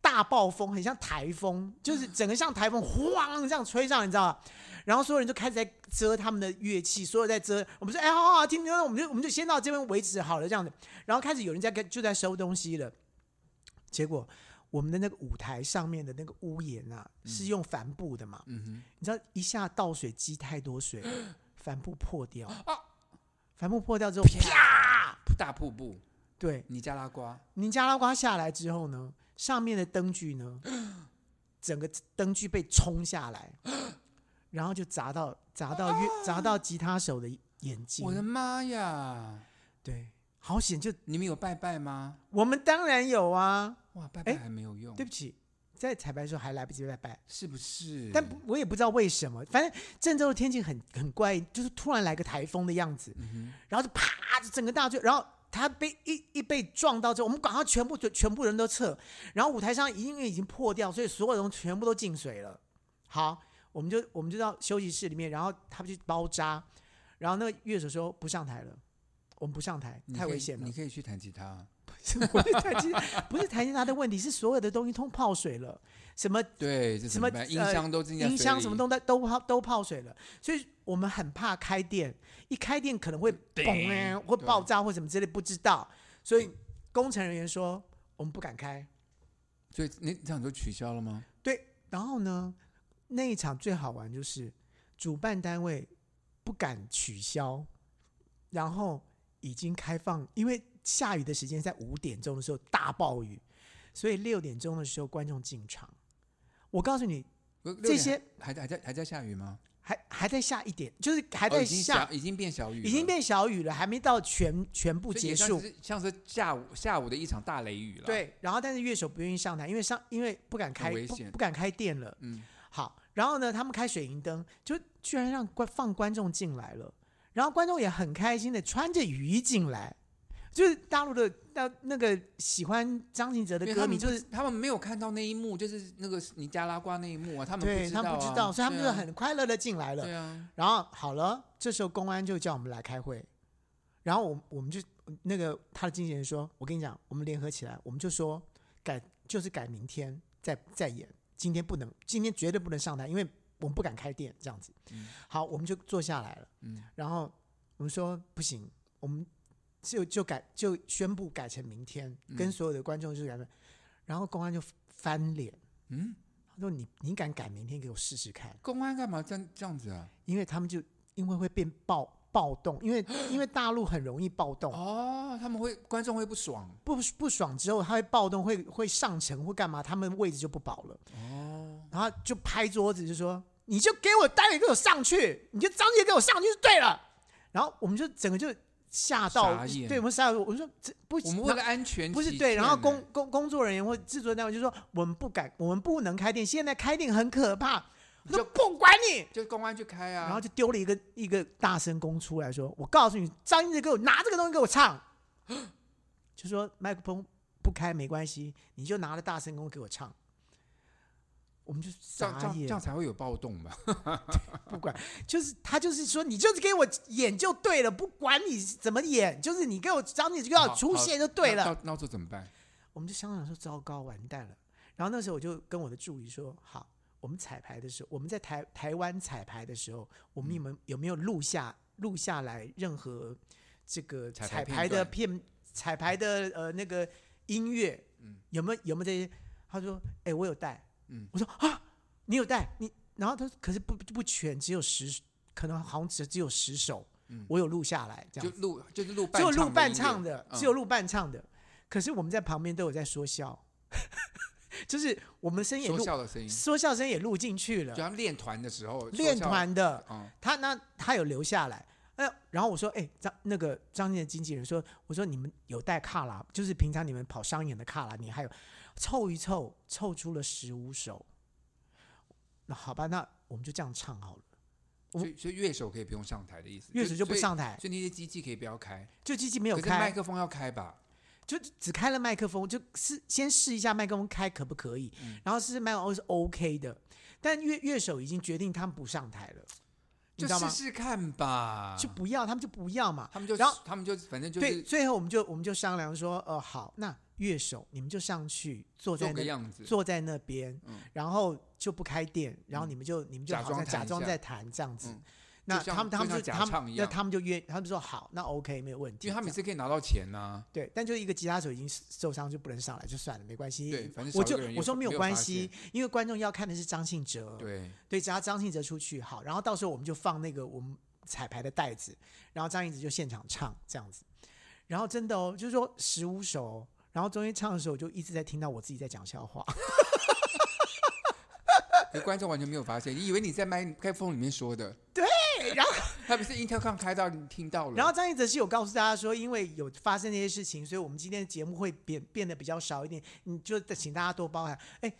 [SPEAKER 1] 大暴风，很像台风，就是整个像台风晃这样吹上，你知道吗？然后所有人就开始在遮他们的乐器，所有在遮。我们说，哎，好好好听听，我们就我们就先到这边为止好了，这样子。然后开始有人在跟就在收东西了，结果我们的那个舞台上面的那个屋檐啊，是用帆布的嘛，
[SPEAKER 2] 嗯
[SPEAKER 1] 你知道一下倒水积太多
[SPEAKER 2] *gasps*
[SPEAKER 1] 水了，帆布破掉
[SPEAKER 2] 啊
[SPEAKER 1] 帆布破掉之后，
[SPEAKER 2] 哼，
[SPEAKER 1] 啪，
[SPEAKER 2] 啪！大瀑布，
[SPEAKER 1] 对，
[SPEAKER 2] 尼加拉瓜，
[SPEAKER 1] 尼加拉瓜下来之后呢，上面的灯具
[SPEAKER 2] *gasps*
[SPEAKER 1] 呢，整个灯具被冲下来，然后就砸到砸到乐砸到吉他手的眼睛
[SPEAKER 2] 啊我。的妈呀！
[SPEAKER 1] 对，好险！就
[SPEAKER 2] 你们有拜拜吗？
[SPEAKER 1] 我们当然有啊。
[SPEAKER 2] 哇，拜拜
[SPEAKER 1] 哎
[SPEAKER 2] 还没有用，
[SPEAKER 1] 对不起，在彩排的时候还来不及拜拜，
[SPEAKER 2] 是不是？
[SPEAKER 1] 但不我也不知道为什么，反正郑州的天气很很怪，就是突然来个台风的样子，
[SPEAKER 2] 嗯
[SPEAKER 1] 然后就啪，整个大剧，然后他被一一被撞到之后，我们赶快全部全部人都撤，然后舞台上因为已经破掉，所以所有人全部都进水了。好，我们就我们就到休息室里面，然后他们去包扎，然后那个乐手说不上台了，我们不上台太
[SPEAKER 2] 哼，你可以
[SPEAKER 1] 危险了
[SPEAKER 2] 你。可以去弹吉他，
[SPEAKER 1] *laughs* 不是弹吉他，不是弹吉他的问题，是所有的东西通泡水了，什么
[SPEAKER 2] 对，这
[SPEAKER 1] 什
[SPEAKER 2] 怎么
[SPEAKER 1] 么
[SPEAKER 2] 办？音
[SPEAKER 1] 呃
[SPEAKER 2] 箱都进在
[SPEAKER 1] 音
[SPEAKER 2] 水
[SPEAKER 1] 箱
[SPEAKER 2] 里
[SPEAKER 1] 什么东西都泡都泡水了，所以我们很怕开店，一开店可能会
[SPEAKER 2] 对
[SPEAKER 1] 嘣哎，会
[SPEAKER 2] 对
[SPEAKER 1] 爆炸或什么之类，不知道。所以工程人员说我们不敢开。
[SPEAKER 2] 所以那场就取消了吗？
[SPEAKER 1] 对，然后呢，那一场最好玩就是主办单位不敢取消，然后已经开放，因为下雨的时间在五点钟的时候大暴雨，所以六点钟的时候观众进场。我告诉你，
[SPEAKER 2] 不六
[SPEAKER 1] 这
[SPEAKER 2] 点
[SPEAKER 1] 些
[SPEAKER 2] 还还在还在下雨吗？
[SPEAKER 1] 还还在下一点，就是还
[SPEAKER 2] 哦
[SPEAKER 1] 在
[SPEAKER 2] 已经
[SPEAKER 1] 下
[SPEAKER 2] 小，已经变小雨了，
[SPEAKER 1] 已经变小雨了，还没到全全部
[SPEAKER 2] 不
[SPEAKER 1] 结束。，
[SPEAKER 2] 像是下午下午的一场大雷雨了。，
[SPEAKER 1] 对，然后但是乐手不愿意上台，因为上因为不敢开
[SPEAKER 2] 危
[SPEAKER 1] 不
[SPEAKER 2] 险
[SPEAKER 1] 不敢开店了。
[SPEAKER 2] 嗯，
[SPEAKER 1] 好，然后呢，他们开水银灯，就居然让观放观众进来了，然后观众也很开心的穿着雨衣进来，就是大陆的那那个喜欢张信哲
[SPEAKER 2] 因
[SPEAKER 1] 的
[SPEAKER 2] 为
[SPEAKER 1] 歌
[SPEAKER 2] 他
[SPEAKER 1] 迷，
[SPEAKER 2] 们
[SPEAKER 1] 就
[SPEAKER 2] 就是是他们没有看到那一幕，就是那个尼加拉瓜那一幕啊，他啊们
[SPEAKER 1] 对他
[SPEAKER 2] 们
[SPEAKER 1] 们不知道，所以他们就很快乐的进来了。
[SPEAKER 2] 对啊，
[SPEAKER 1] 然后好了，这时候公安就叫我们来开会，然后我我们就那个他的经纪人说：“我跟你讲，我们联合起来，我们就说改，就是改明天再再演，今天不能，今天绝对不能上台，因为我们不敢开店这样子。
[SPEAKER 2] 嗯
[SPEAKER 1] 好，我们就坐下来了，
[SPEAKER 2] 嗯
[SPEAKER 1] 然后我们说不行，我们就就改就宣布改成明天，跟
[SPEAKER 2] 嗯
[SPEAKER 1] 所有的观众就改成，然后公安就翻脸，
[SPEAKER 2] 嗯，
[SPEAKER 1] 他说你你敢改明天给我试试看。
[SPEAKER 2] 公安干嘛这样这样子啊？
[SPEAKER 1] 因为他们就因为会变暴暴动，因
[SPEAKER 2] *gasps*
[SPEAKER 1] 为因为大陆很容易暴动，
[SPEAKER 2] 哦，他们会观众会不爽
[SPEAKER 1] 不不爽之后他会暴动，会会上层或干嘛，他们位置就不保了，
[SPEAKER 2] 哦，
[SPEAKER 1] 然后就拍桌子就说：“你就给我待会给我上去，你就张杰给我上去就对了。”然后我们就整个就吓到
[SPEAKER 2] 傻，眼
[SPEAKER 1] 对我们吓到，我们说这不
[SPEAKER 2] 我们为了安全
[SPEAKER 1] 不是
[SPEAKER 2] 起
[SPEAKER 1] 对，
[SPEAKER 2] 见
[SPEAKER 1] 然后
[SPEAKER 2] 呢
[SPEAKER 1] 工工工作人员或制作单位就说：“我们不敢，我们不能开店，现在开店很可怕。”我说
[SPEAKER 2] 就
[SPEAKER 1] 不管你，
[SPEAKER 2] 就公安去开啊，
[SPEAKER 1] 然后就丢了一个一个大声公出来说：“我告诉你，张信哲给我拿这个东西给我
[SPEAKER 2] *gasps*
[SPEAKER 1] 唱。”就说麦克风不开没关系，你就拿了大声公给我唱。我们就
[SPEAKER 2] 这样这
[SPEAKER 1] 傻
[SPEAKER 2] 样这
[SPEAKER 1] 眼
[SPEAKER 2] 样，才会有暴动吧？
[SPEAKER 1] 不管，就是他就是说，你就是给我演就对了，不管你怎么演，就是你给我张信哲给
[SPEAKER 2] 好
[SPEAKER 1] 我出现就对了。
[SPEAKER 2] 那那那时候怎么办？
[SPEAKER 1] 我们就想想说，糟糕，完蛋了。然后那时候我就跟我的助理说，好，我们彩排的时候，我们在台台湾彩排的时候，我
[SPEAKER 2] 嗯
[SPEAKER 1] 们有没有有没有录下录下来任何这个
[SPEAKER 2] 彩
[SPEAKER 1] 彩
[SPEAKER 2] 排
[SPEAKER 1] 排的
[SPEAKER 2] 片段
[SPEAKER 1] 片彩排的呃那个音乐，
[SPEAKER 2] 嗯
[SPEAKER 1] 有没有有没有这些？他说，哎、我有带，
[SPEAKER 2] 嗯
[SPEAKER 1] 我说啊，你有带你，然后他说可是不不全，只有十，可能好像只只有十首，
[SPEAKER 2] 嗯
[SPEAKER 1] 我有录下来这样
[SPEAKER 2] 就
[SPEAKER 1] 子。
[SPEAKER 2] 录就是录
[SPEAKER 1] 只有录伴
[SPEAKER 2] 半
[SPEAKER 1] 唱
[SPEAKER 2] 的
[SPEAKER 1] 的，
[SPEAKER 2] 嗯
[SPEAKER 1] 只有录伴唱的。可是我们在旁边都有在说笑， *laughs* 就是我们声音
[SPEAKER 2] 音乐
[SPEAKER 1] 也录，
[SPEAKER 2] 说笑的声音，
[SPEAKER 1] 说笑声也录进去
[SPEAKER 2] 就
[SPEAKER 1] 了。
[SPEAKER 2] 他们练团的时候
[SPEAKER 1] 练团的，
[SPEAKER 2] 啊，
[SPEAKER 1] 他那他有留下来。呃，然后我说，哎、张那个张晋的经纪人说，我说你们有带卡拉，就是平常你们跑商演的卡拉，你还有凑一凑，凑出了十五首。那好吧，那我们就这样唱好了。我
[SPEAKER 2] 所以所以乐手可以不用上台的意思，
[SPEAKER 1] 乐手就不，上台，
[SPEAKER 2] 所以所以那些机器可以不要开，
[SPEAKER 1] 就机器没有
[SPEAKER 2] 可是麦
[SPEAKER 1] 开，
[SPEAKER 2] 克风要开吧？
[SPEAKER 1] 就只开了麦克风，就试先试一下麦克风开可不可以，
[SPEAKER 2] 嗯
[SPEAKER 1] 然后试试麦克风是 OK 的，但乐乐手已经决定他们不上台了，你
[SPEAKER 2] 就
[SPEAKER 1] 知道
[SPEAKER 2] 试
[SPEAKER 1] 吗？
[SPEAKER 2] 试看吧，
[SPEAKER 1] 就不要，他们就不要嘛。
[SPEAKER 2] 他们就
[SPEAKER 1] 然后
[SPEAKER 2] 他们就反正就
[SPEAKER 1] 对，
[SPEAKER 2] 是
[SPEAKER 1] 最后我们就我们就商量说，呃，好，那乐手你们就上去坐在
[SPEAKER 2] 做个
[SPEAKER 1] 那
[SPEAKER 2] 样子，
[SPEAKER 1] 坐在那边，
[SPEAKER 2] 嗯
[SPEAKER 1] 然后就不开店，然后你们就、你们就
[SPEAKER 2] 假
[SPEAKER 1] 好像
[SPEAKER 2] 装弹
[SPEAKER 1] 假
[SPEAKER 2] 一
[SPEAKER 1] 装
[SPEAKER 2] 下
[SPEAKER 1] 在弹这样子。
[SPEAKER 2] 嗯
[SPEAKER 1] 那
[SPEAKER 2] 就像
[SPEAKER 1] 他们他们
[SPEAKER 2] 就像
[SPEAKER 1] 就
[SPEAKER 2] 假
[SPEAKER 1] 他
[SPEAKER 2] 唱
[SPEAKER 1] 们
[SPEAKER 2] 一
[SPEAKER 1] 那
[SPEAKER 2] 样
[SPEAKER 1] 他们就约，他们说好，那 OK 没有问题。
[SPEAKER 2] 因为他每
[SPEAKER 1] 这样
[SPEAKER 2] 次可以拿到钱呐。
[SPEAKER 1] 对，但就一个吉他手已经受伤就不能上来，就算了，没关系。
[SPEAKER 2] 对反正
[SPEAKER 1] 我
[SPEAKER 2] 少一
[SPEAKER 1] 就
[SPEAKER 2] 个人也
[SPEAKER 1] 我说
[SPEAKER 2] 不
[SPEAKER 1] 没有
[SPEAKER 2] 没有
[SPEAKER 1] 关
[SPEAKER 2] 发
[SPEAKER 1] 系，因为观众要看的是张信哲，
[SPEAKER 2] 对，
[SPEAKER 1] 对，只要张信哲出去好，然后到时候我们就放那个我们彩排的袋子，然后张信哲就现场唱这样子，然后真的哦，就是说十五首哦，然后中间唱的时候我就一直在听到我自己在讲笑话，
[SPEAKER 2] 可观众完全没有发现，你以为你在麦克风里面说的，
[SPEAKER 1] 对，然
[SPEAKER 2] *laughs*
[SPEAKER 1] 后
[SPEAKER 2] 他不是 intercom 开到你听到了，
[SPEAKER 1] 然后张信哲是有告诉大家说，因为有发生那些事情，所以我们今天的节目会变变得比较少一点，你就请大家多包涵。哎，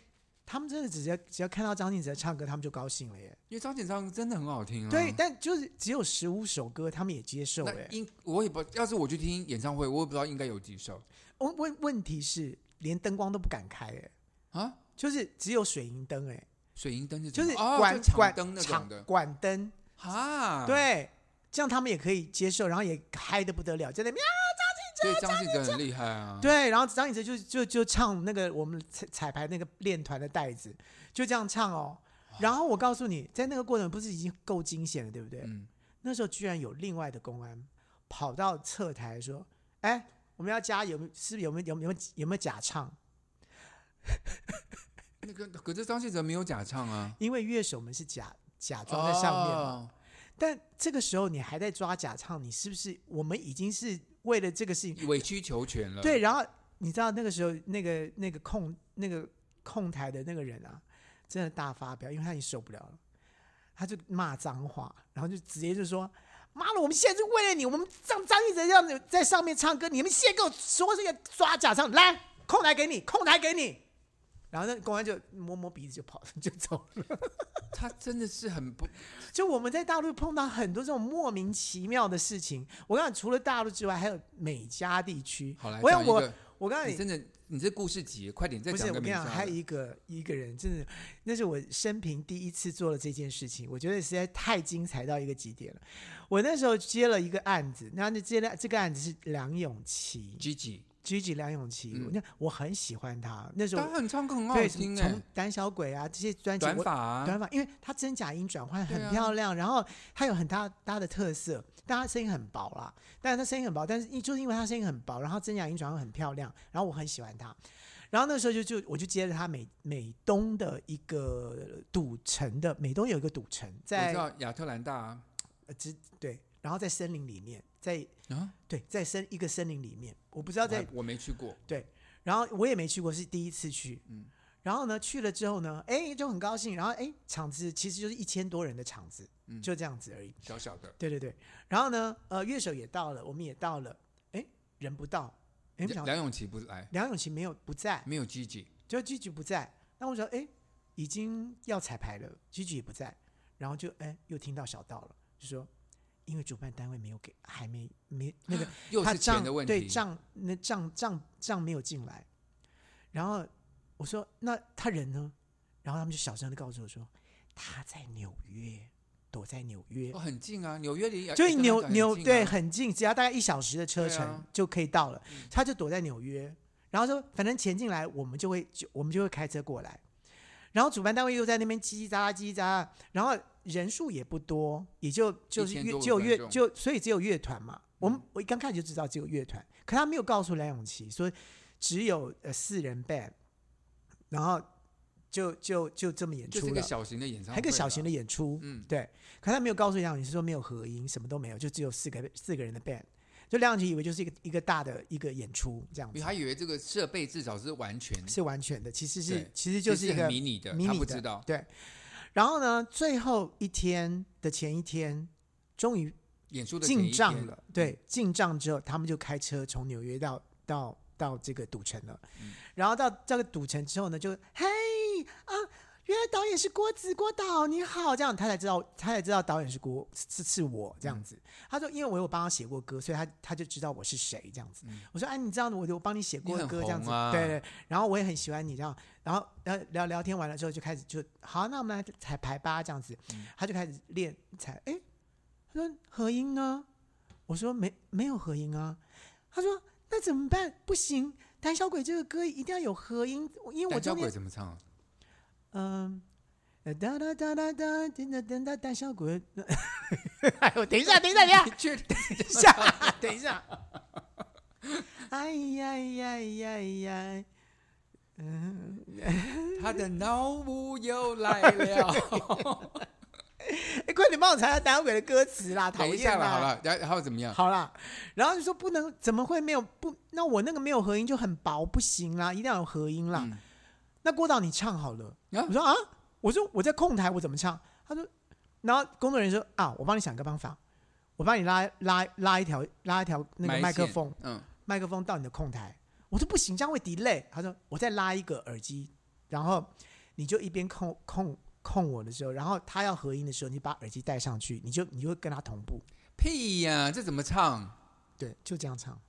[SPEAKER 1] 他们真的只要只要看到张信哲唱歌，他们就高兴了耶。
[SPEAKER 2] 因为张简章真的很好听啊，
[SPEAKER 1] 对，但就是只有十五首歌，他们也接受
[SPEAKER 2] 那
[SPEAKER 1] 哎。
[SPEAKER 2] 应我也不，要是我去听演唱会，我也不知道应该有几首
[SPEAKER 1] 问问问题是连灯光都不敢开哎。
[SPEAKER 2] 啊。
[SPEAKER 1] 就是只有水银灯哎、
[SPEAKER 2] 水银灯是
[SPEAKER 1] 就是
[SPEAKER 2] 哦
[SPEAKER 1] 管、
[SPEAKER 2] 就场
[SPEAKER 1] 管
[SPEAKER 2] 灯那
[SPEAKER 1] 场
[SPEAKER 2] 种的
[SPEAKER 1] 管灯，
[SPEAKER 2] 啊，，
[SPEAKER 1] 对，这样他们也可以接受，然后也嗨的不得了，在那边、啊
[SPEAKER 2] 所以张信哲很厉害啊，，
[SPEAKER 1] 对，然后张信哲就就就唱那个我们彩彩排那个练团的带子，就这样唱哦。然后我告诉你，在那个过程不是已经够惊险了，对不对？
[SPEAKER 2] 嗯，
[SPEAKER 1] 那时候居然有另外的公安跑到侧台说：“哎，我们要加有没有是不是有没有有没有有没有假唱？
[SPEAKER 2] 那个可是张信哲没有假唱啊，
[SPEAKER 1] 因为乐手们是假假装在上面嘛。
[SPEAKER 2] 哦
[SPEAKER 1] 但这个时候你还在抓假唱，你是不是？我们已经是为了这个事情，
[SPEAKER 2] 哦委曲求全了，
[SPEAKER 1] 对。，然后你知道那个时候，那个那个控那个控台的那个人啊，真的大发飙，因为他已经受不了了，他就骂脏话，然后就直接就说：“妈的，我们现在是为了你，我们让张信哲让你在上面唱歌，你们现在给我说这个抓假唱，来控台给你，控台给你。”然后那公安就摸摸鼻子就跑就走了。
[SPEAKER 2] 他真的是很不，
[SPEAKER 1] 就我们在大陆碰到很多这种莫名其妙的事情。我告诉你，除了大陆之外，还有美加地区。
[SPEAKER 2] 好来
[SPEAKER 1] 我
[SPEAKER 2] 讲
[SPEAKER 1] 想
[SPEAKER 2] 一
[SPEAKER 1] 我
[SPEAKER 2] 个，
[SPEAKER 1] 我告诉
[SPEAKER 2] 你
[SPEAKER 1] 你，
[SPEAKER 2] 真的你这故事集，快点再
[SPEAKER 1] 不是
[SPEAKER 2] 讲
[SPEAKER 1] 我
[SPEAKER 2] 个
[SPEAKER 1] 跟你
[SPEAKER 2] 名
[SPEAKER 1] 讲，
[SPEAKER 2] 字
[SPEAKER 1] 还
[SPEAKER 2] 好
[SPEAKER 1] 有
[SPEAKER 2] 了，
[SPEAKER 1] 一个一个人，真的，那是我生平第一次做了这件事情，我觉得实在太精彩到一个极点了。我那时候接了一个案子，然后就接了这个案子是梁咏琪
[SPEAKER 2] Gigi，
[SPEAKER 1] ，Gigi 梁咏琪，
[SPEAKER 2] 嗯
[SPEAKER 1] 那、我很喜欢她，那时候
[SPEAKER 2] 他很唱歌很好
[SPEAKER 1] 对
[SPEAKER 2] 听
[SPEAKER 1] 从
[SPEAKER 2] 哎
[SPEAKER 1] 《胆小鬼啊》这些专辑，
[SPEAKER 2] 短
[SPEAKER 1] 我
[SPEAKER 2] 发啊，
[SPEAKER 1] 短发，因为她真假音转换
[SPEAKER 2] 对
[SPEAKER 1] 很
[SPEAKER 2] 啊
[SPEAKER 1] 漂亮，然后她有很大大的特色，但她声音很薄啦，但是她声音很薄，但是因就是因为她声音很薄，然后真假音转换很漂亮，然后我很喜欢她，然后那时候就就我就接着她美美东的一个赌城的，美东有一个赌城
[SPEAKER 2] 我知
[SPEAKER 1] 在
[SPEAKER 2] 道亚特兰大啊
[SPEAKER 1] 呃之对，然后在森林里面，在
[SPEAKER 2] 啊，
[SPEAKER 1] 对在森一个森林里面，我不知
[SPEAKER 2] 我
[SPEAKER 1] 道在
[SPEAKER 2] 还我没去过，
[SPEAKER 1] 对，然后我也没去过，是第一次去。
[SPEAKER 2] 嗯
[SPEAKER 1] 然后呢，去了之后呢，哎，就很高兴。然后哎，场子其实就是一千多人的场子，
[SPEAKER 2] 嗯
[SPEAKER 1] 就这样子而已。
[SPEAKER 2] 小小的，
[SPEAKER 1] 对对对。然后呢，呃，乐手也到了，我们也到了，哎，人不到，哎，我们想
[SPEAKER 2] 梁咏琪不来，
[SPEAKER 1] 梁咏琪没有不在，
[SPEAKER 2] 没有 Gigi，
[SPEAKER 1] 就 Gigi 不在。那我想，哎，已经要彩排了，Gigi 也不在，然后就哎，又听到小道了，就说。因为主办单位没有给，还没没那个
[SPEAKER 2] 又
[SPEAKER 1] 他
[SPEAKER 2] 是钱
[SPEAKER 1] 账
[SPEAKER 2] 的问
[SPEAKER 1] 对
[SPEAKER 2] 题，
[SPEAKER 1] 账那账账账没有进来，然后我说那他人呢？然后他们就小声的告诉我说他在纽约，躲在纽约，
[SPEAKER 2] 哦，很近啊，纽约离亚
[SPEAKER 1] 所以
[SPEAKER 2] 亚特
[SPEAKER 1] 纽
[SPEAKER 2] 兰大很
[SPEAKER 1] 纽
[SPEAKER 2] 近啊
[SPEAKER 1] 对很近，只要大概一小时的车
[SPEAKER 2] 对
[SPEAKER 1] 程
[SPEAKER 2] 啊
[SPEAKER 1] 就可以到了。
[SPEAKER 2] 嗯
[SPEAKER 1] 他就躲在纽约，然后说反正钱进来我们就会就我们就会开车过来，然后主办单位又在那边叽叽喳喳叽叽喳喳，然后人数也不多，也就就是
[SPEAKER 2] 1000
[SPEAKER 1] 乐
[SPEAKER 2] 多个
[SPEAKER 1] 只有乐
[SPEAKER 2] 观众嗯
[SPEAKER 1] 就所以只有乐团嘛。我们我一刚开始就知道只有乐团，可他没有告诉梁咏琪，所以只有呃四人 band，然后就就就这么演
[SPEAKER 2] 就是
[SPEAKER 1] 出
[SPEAKER 2] 一
[SPEAKER 1] 了，
[SPEAKER 2] 个小型的演唱会，
[SPEAKER 1] 还有个小型
[SPEAKER 2] 的，
[SPEAKER 1] 的演出，
[SPEAKER 2] 嗯，
[SPEAKER 1] 对，可他没有告诉梁咏琪说没有合音，什么都没有，就只有四个四个人的 band。就梁咏琪以为就是一个一个大的一个演出这样
[SPEAKER 2] 因为
[SPEAKER 1] 子，
[SPEAKER 2] 他以为这个设备至少是完全，
[SPEAKER 1] 是完全的，其实是
[SPEAKER 2] 对
[SPEAKER 1] 其实 *laughs* 就是一
[SPEAKER 2] 很
[SPEAKER 1] 个
[SPEAKER 2] 迷你的，
[SPEAKER 1] 迷
[SPEAKER 2] 他
[SPEAKER 1] 你
[SPEAKER 2] 不
[SPEAKER 1] 的
[SPEAKER 2] 知道，
[SPEAKER 1] 对。然后呢，最后一天的前一天，终于
[SPEAKER 2] 演出的前一
[SPEAKER 1] 进账
[SPEAKER 2] 天嗯
[SPEAKER 1] 了，，对，进账之后，他们就开车从纽约到到
[SPEAKER 2] 嗯
[SPEAKER 1] 到这个赌城了，然后到这个赌城之后呢，就嘿啊，原来导演是郭子郭导，你好，这样他才知道，他才知道导演是郭是是我这
[SPEAKER 2] 嗯
[SPEAKER 1] 样子。他说，因为我有帮他写过歌，所以他他就知道我是谁这样子。
[SPEAKER 2] 嗯
[SPEAKER 1] 我说，哎、你知道我我帮你写过
[SPEAKER 2] 你很
[SPEAKER 1] 歌这样子，
[SPEAKER 2] 红啊
[SPEAKER 1] 对对。然后我也很喜欢你这样，然后然后聊聊天完了之后就开始就好，那我们来彩排吧这样子。
[SPEAKER 2] 嗯
[SPEAKER 1] 他就开始练彩，哎，他说合音呢？我说没没有合音啊。他说那怎么办？不行，胆小鬼这个歌一定要有合音，因为我
[SPEAKER 2] 胆小
[SPEAKER 1] 中间
[SPEAKER 2] 鬼怎么唱？
[SPEAKER 1] 嗯，呃哒哒哒哒哒，等等等哒，胆小鬼。哎呦，等一下，等一下，等一下，
[SPEAKER 2] *laughs* 你确定？
[SPEAKER 1] 等一下， *laughs* 等一下。哎呀呀呀哎呀！
[SPEAKER 2] 他的脑雾又来
[SPEAKER 1] *laughs*
[SPEAKER 2] 了。
[SPEAKER 1] 哎，快点帮我查查胆小鬼的歌词啦，讨
[SPEAKER 2] 等一
[SPEAKER 1] 厌啊
[SPEAKER 2] 下了，好
[SPEAKER 1] 啦。
[SPEAKER 2] 了，然然后怎么样？
[SPEAKER 1] 好啦，然后就说不能，怎么会没有不？那我那个没有合音就很薄，不行啦，一定要有合音啦。
[SPEAKER 2] 嗯
[SPEAKER 1] 那郭导你唱好了。
[SPEAKER 2] 啊
[SPEAKER 1] 我说啊，我说我在控台我怎么唱？他说，然后工作人员说啊，我帮你想个办法，我帮你拉拉拉一条拉一条那个
[SPEAKER 2] 埋线
[SPEAKER 1] 麦克风，
[SPEAKER 2] 嗯，
[SPEAKER 1] 麦克风到你的控台。我说不行，这样会 delay。他说我再拉一个耳机，然后你就一边控控控我的时候，然后他要合音的时候，你把耳机戴上去，你就你就会跟他同步。
[SPEAKER 2] 屁呀、这怎么唱？
[SPEAKER 1] 对，就这样唱。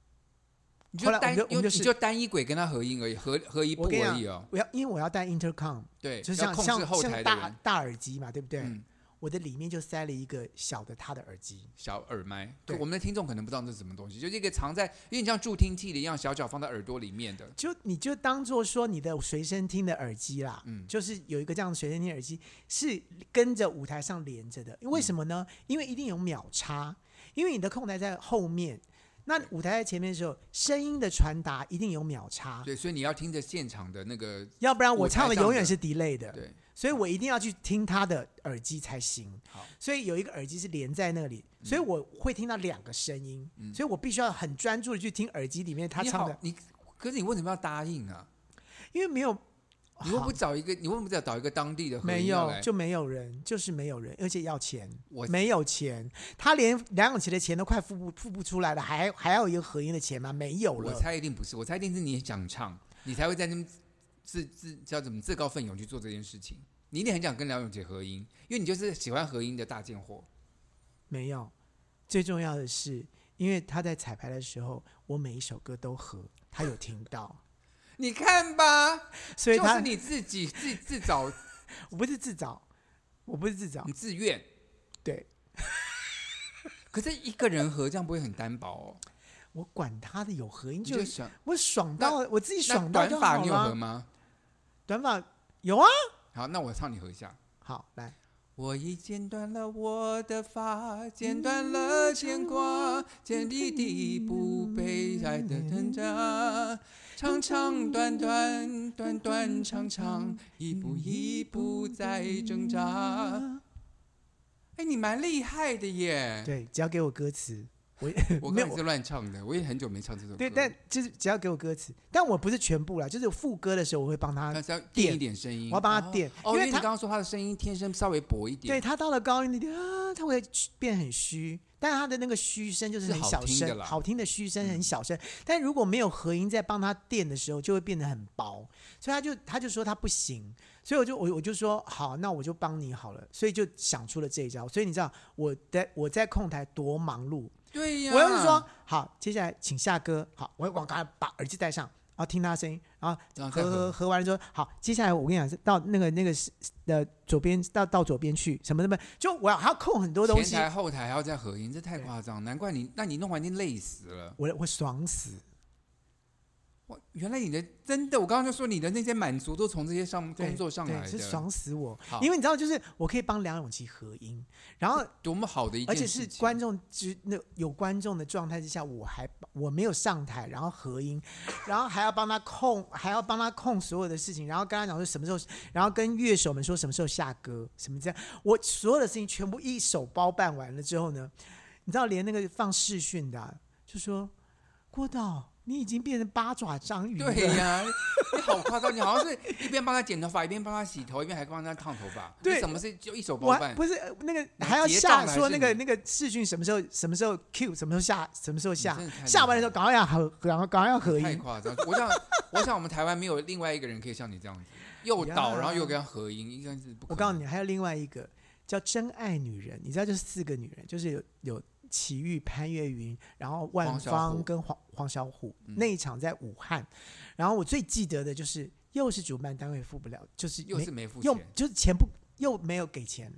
[SPEAKER 2] 你就
[SPEAKER 1] 后来我
[SPEAKER 2] 单
[SPEAKER 1] 们就我们就
[SPEAKER 2] 你
[SPEAKER 1] 是
[SPEAKER 2] 就单一轨跟他合音而已，合合一步
[SPEAKER 1] 我跟你
[SPEAKER 2] 而
[SPEAKER 1] 讲
[SPEAKER 2] 已哦。
[SPEAKER 1] 我要因为我要戴 intercom，
[SPEAKER 2] 对，
[SPEAKER 1] 就
[SPEAKER 2] 要
[SPEAKER 1] 像
[SPEAKER 2] 控制
[SPEAKER 1] 像
[SPEAKER 2] 后
[SPEAKER 1] 像
[SPEAKER 2] 台的
[SPEAKER 1] 大
[SPEAKER 2] 人，
[SPEAKER 1] 大耳机嘛，对不对？
[SPEAKER 2] 嗯，
[SPEAKER 1] 我的里面就塞了一个小的他的耳机。
[SPEAKER 2] 小耳麦。对，
[SPEAKER 1] 对
[SPEAKER 2] 我们的听众可能不知道这是什么东西，就是一个藏在有点像助听器的一样，小小放在耳朵里面的。
[SPEAKER 1] 就你就当做说你的随身听的耳机啦，
[SPEAKER 2] 嗯
[SPEAKER 1] 就是有一个这样的随身听耳机是跟着舞台上连着的，为什么呢？
[SPEAKER 2] 嗯
[SPEAKER 1] 因为一定有秒差，因为你的控台在后面，那舞台在前面的时候，声音的传达一定有秒差，
[SPEAKER 2] 对，所以你要听着现场的那个，
[SPEAKER 1] 要不然我唱的
[SPEAKER 2] 舞台上的
[SPEAKER 1] 永远是 delay 的，
[SPEAKER 2] 对，
[SPEAKER 1] 所以我一定要去听他的耳机才行
[SPEAKER 2] 好。
[SPEAKER 1] 所以有一个耳机是连在那里，所以我会听到两个声音，
[SPEAKER 2] 嗯
[SPEAKER 1] 所以我必须要很专注的去听耳机里面他
[SPEAKER 2] 你
[SPEAKER 1] 唱
[SPEAKER 2] 好
[SPEAKER 1] 的，，
[SPEAKER 2] 你可是你为什么要答应啊？
[SPEAKER 1] 因为没有。
[SPEAKER 2] 你为
[SPEAKER 1] 好
[SPEAKER 2] 不找一个？你为什么不找一个当地的合
[SPEAKER 1] 没
[SPEAKER 2] 音要
[SPEAKER 1] 有
[SPEAKER 2] 来？，
[SPEAKER 1] 就没有人，就是没有人，而且要钱，
[SPEAKER 2] 我
[SPEAKER 1] 没有钱，他连梁咏琪的钱都快付不付不出来了，还还要一个合音的钱吗？没有
[SPEAKER 2] 我
[SPEAKER 1] 了。
[SPEAKER 2] 猜一定不是，我猜一定是你想唱，你才会在那边自自叫怎么自告奋勇去做这件事情。你一定很想跟梁咏琪合音，因为你就是喜欢合音的大贱货。
[SPEAKER 1] 没有，最重要的是，因为他在彩排的时候，我每一首歌都合，他有听到，
[SPEAKER 2] *laughs* 你看吧，
[SPEAKER 1] 所以
[SPEAKER 2] 就
[SPEAKER 1] 他
[SPEAKER 2] 是你自己自自找
[SPEAKER 1] 我不是自找，我不是自找
[SPEAKER 2] 你，自愿。
[SPEAKER 1] 对
[SPEAKER 2] 可是一个人合这样不会很单薄哦？
[SPEAKER 1] 我管他的有合音
[SPEAKER 2] 你
[SPEAKER 1] 就
[SPEAKER 2] 就想，
[SPEAKER 1] 我爽到我自己
[SPEAKER 2] 那
[SPEAKER 1] 爽到
[SPEAKER 2] 短
[SPEAKER 1] 就
[SPEAKER 2] 发
[SPEAKER 1] 好
[SPEAKER 2] 你有合
[SPEAKER 1] 了。
[SPEAKER 2] 吗？
[SPEAKER 1] 短发有啊，
[SPEAKER 2] 好，那我唱你合一下。
[SPEAKER 1] 好来，
[SPEAKER 2] 我已剪断了我的发，剪断了牵挂，见你的不被爱的挣扎，长长短短，短短长长，一步一步在挣扎。哎，你蛮厉害的耶！
[SPEAKER 1] 对，只要给我歌词，我
[SPEAKER 2] 我
[SPEAKER 1] 没有
[SPEAKER 2] 刚才是乱唱的，我也很久没唱这首歌。
[SPEAKER 1] 对，但就是只要给我歌词，但我不是全部啦，就是副歌的时候我会帮他，
[SPEAKER 2] 但是要垫一点声音，
[SPEAKER 1] 我要帮他垫
[SPEAKER 2] 哦，哦因
[SPEAKER 1] 因为
[SPEAKER 2] 为你
[SPEAKER 1] 他
[SPEAKER 2] 刚刚说他的声音天生稍微薄一点
[SPEAKER 1] 对，他到了高音那点啊，他会变很虚，但是他的那个虚声就是
[SPEAKER 2] 是
[SPEAKER 1] 很
[SPEAKER 2] 好
[SPEAKER 1] 小
[SPEAKER 2] 听的
[SPEAKER 1] 声，
[SPEAKER 2] 啦嗯
[SPEAKER 1] 的虚声很小声，但如果没有合音在帮他垫的时候，就会变得很薄，所以他就他就说他不行，所以我就我我就说好，那我就帮你好了，所以就想出了这一招，所以你知道我在我在控台多忙碌，
[SPEAKER 2] 对呀，
[SPEAKER 1] 我又是说好，接下来请下歌，好，我我赶快把耳机戴上，然后听他的声音，然后。
[SPEAKER 2] 然啊后再
[SPEAKER 1] 合
[SPEAKER 2] 合
[SPEAKER 1] 合合完了之后，好，接下来我跟你讲，是到那个那个是的左边到到左边去，什么什么，就我要还要控很多东西
[SPEAKER 2] 前，台后台还要再合音，这太夸张，难怪你，那你弄完你累死了。
[SPEAKER 1] 我我爽死，
[SPEAKER 2] 哇，原来你的真的，我刚刚就说你的那些满足都从这些上
[SPEAKER 1] 对
[SPEAKER 2] 工作上
[SPEAKER 1] 对
[SPEAKER 2] 来
[SPEAKER 1] 是
[SPEAKER 2] 的，
[SPEAKER 1] 爽死我
[SPEAKER 2] 好，
[SPEAKER 1] 因为你知道，就是我可以帮梁咏琪合音，然后
[SPEAKER 2] 多么好的一
[SPEAKER 1] 而
[SPEAKER 2] 件
[SPEAKER 1] 且
[SPEAKER 2] 事
[SPEAKER 1] 是
[SPEAKER 2] 情，
[SPEAKER 1] 观众之那有观众的状态之下，我还我没有上台，然后合音，然后还要帮他控， *laughs* 还要帮他控所有的事情，然后跟他讲说什么时候，然后跟乐手们说什么时候下歌，什么这样，我所有的事情全部一手包办完了之后呢，你知道连那个放视讯的啊、就说郭导，你已经变成八爪章鱼了。
[SPEAKER 2] *laughs* 对呀、你好夸张，你好像是一边帮他剪头发，一边帮他洗头，一边还帮他烫头发，
[SPEAKER 1] 对
[SPEAKER 2] 你什么事就一手
[SPEAKER 1] 我
[SPEAKER 2] 包
[SPEAKER 1] 还
[SPEAKER 2] 办。
[SPEAKER 1] 不是呃那个
[SPEAKER 2] 你
[SPEAKER 1] 还要
[SPEAKER 2] 结
[SPEAKER 1] 下
[SPEAKER 2] 账还
[SPEAKER 1] 说
[SPEAKER 2] 是
[SPEAKER 1] 那个
[SPEAKER 2] 你
[SPEAKER 1] 那个视讯什么时候什么时候 Q 什么时候下什么时候下
[SPEAKER 2] 真的太厉
[SPEAKER 1] 下完
[SPEAKER 2] 害
[SPEAKER 1] 的时候赶快要合赶快赶快要合
[SPEAKER 2] 太
[SPEAKER 1] 一，
[SPEAKER 2] 夸张！我想，我想我们台湾没有另外一个人可以像你这样子又导，
[SPEAKER 1] 呀
[SPEAKER 2] 然后又跟他合音，应该是不可能。
[SPEAKER 1] 我告诉你，还有另外一个叫《真爱女人》，你知道，就是四个女人，就是有有齐豫、潘越云，然后万
[SPEAKER 2] 黄小虎
[SPEAKER 1] 芳跟黄黄小虎、
[SPEAKER 2] 嗯
[SPEAKER 1] 那一场在武汉。然后我最记得的就是，又是主办单位付不了，就是
[SPEAKER 2] 又
[SPEAKER 1] 没
[SPEAKER 2] 是没付
[SPEAKER 1] 又
[SPEAKER 2] 钱，
[SPEAKER 1] 就是钱不又没有给钱，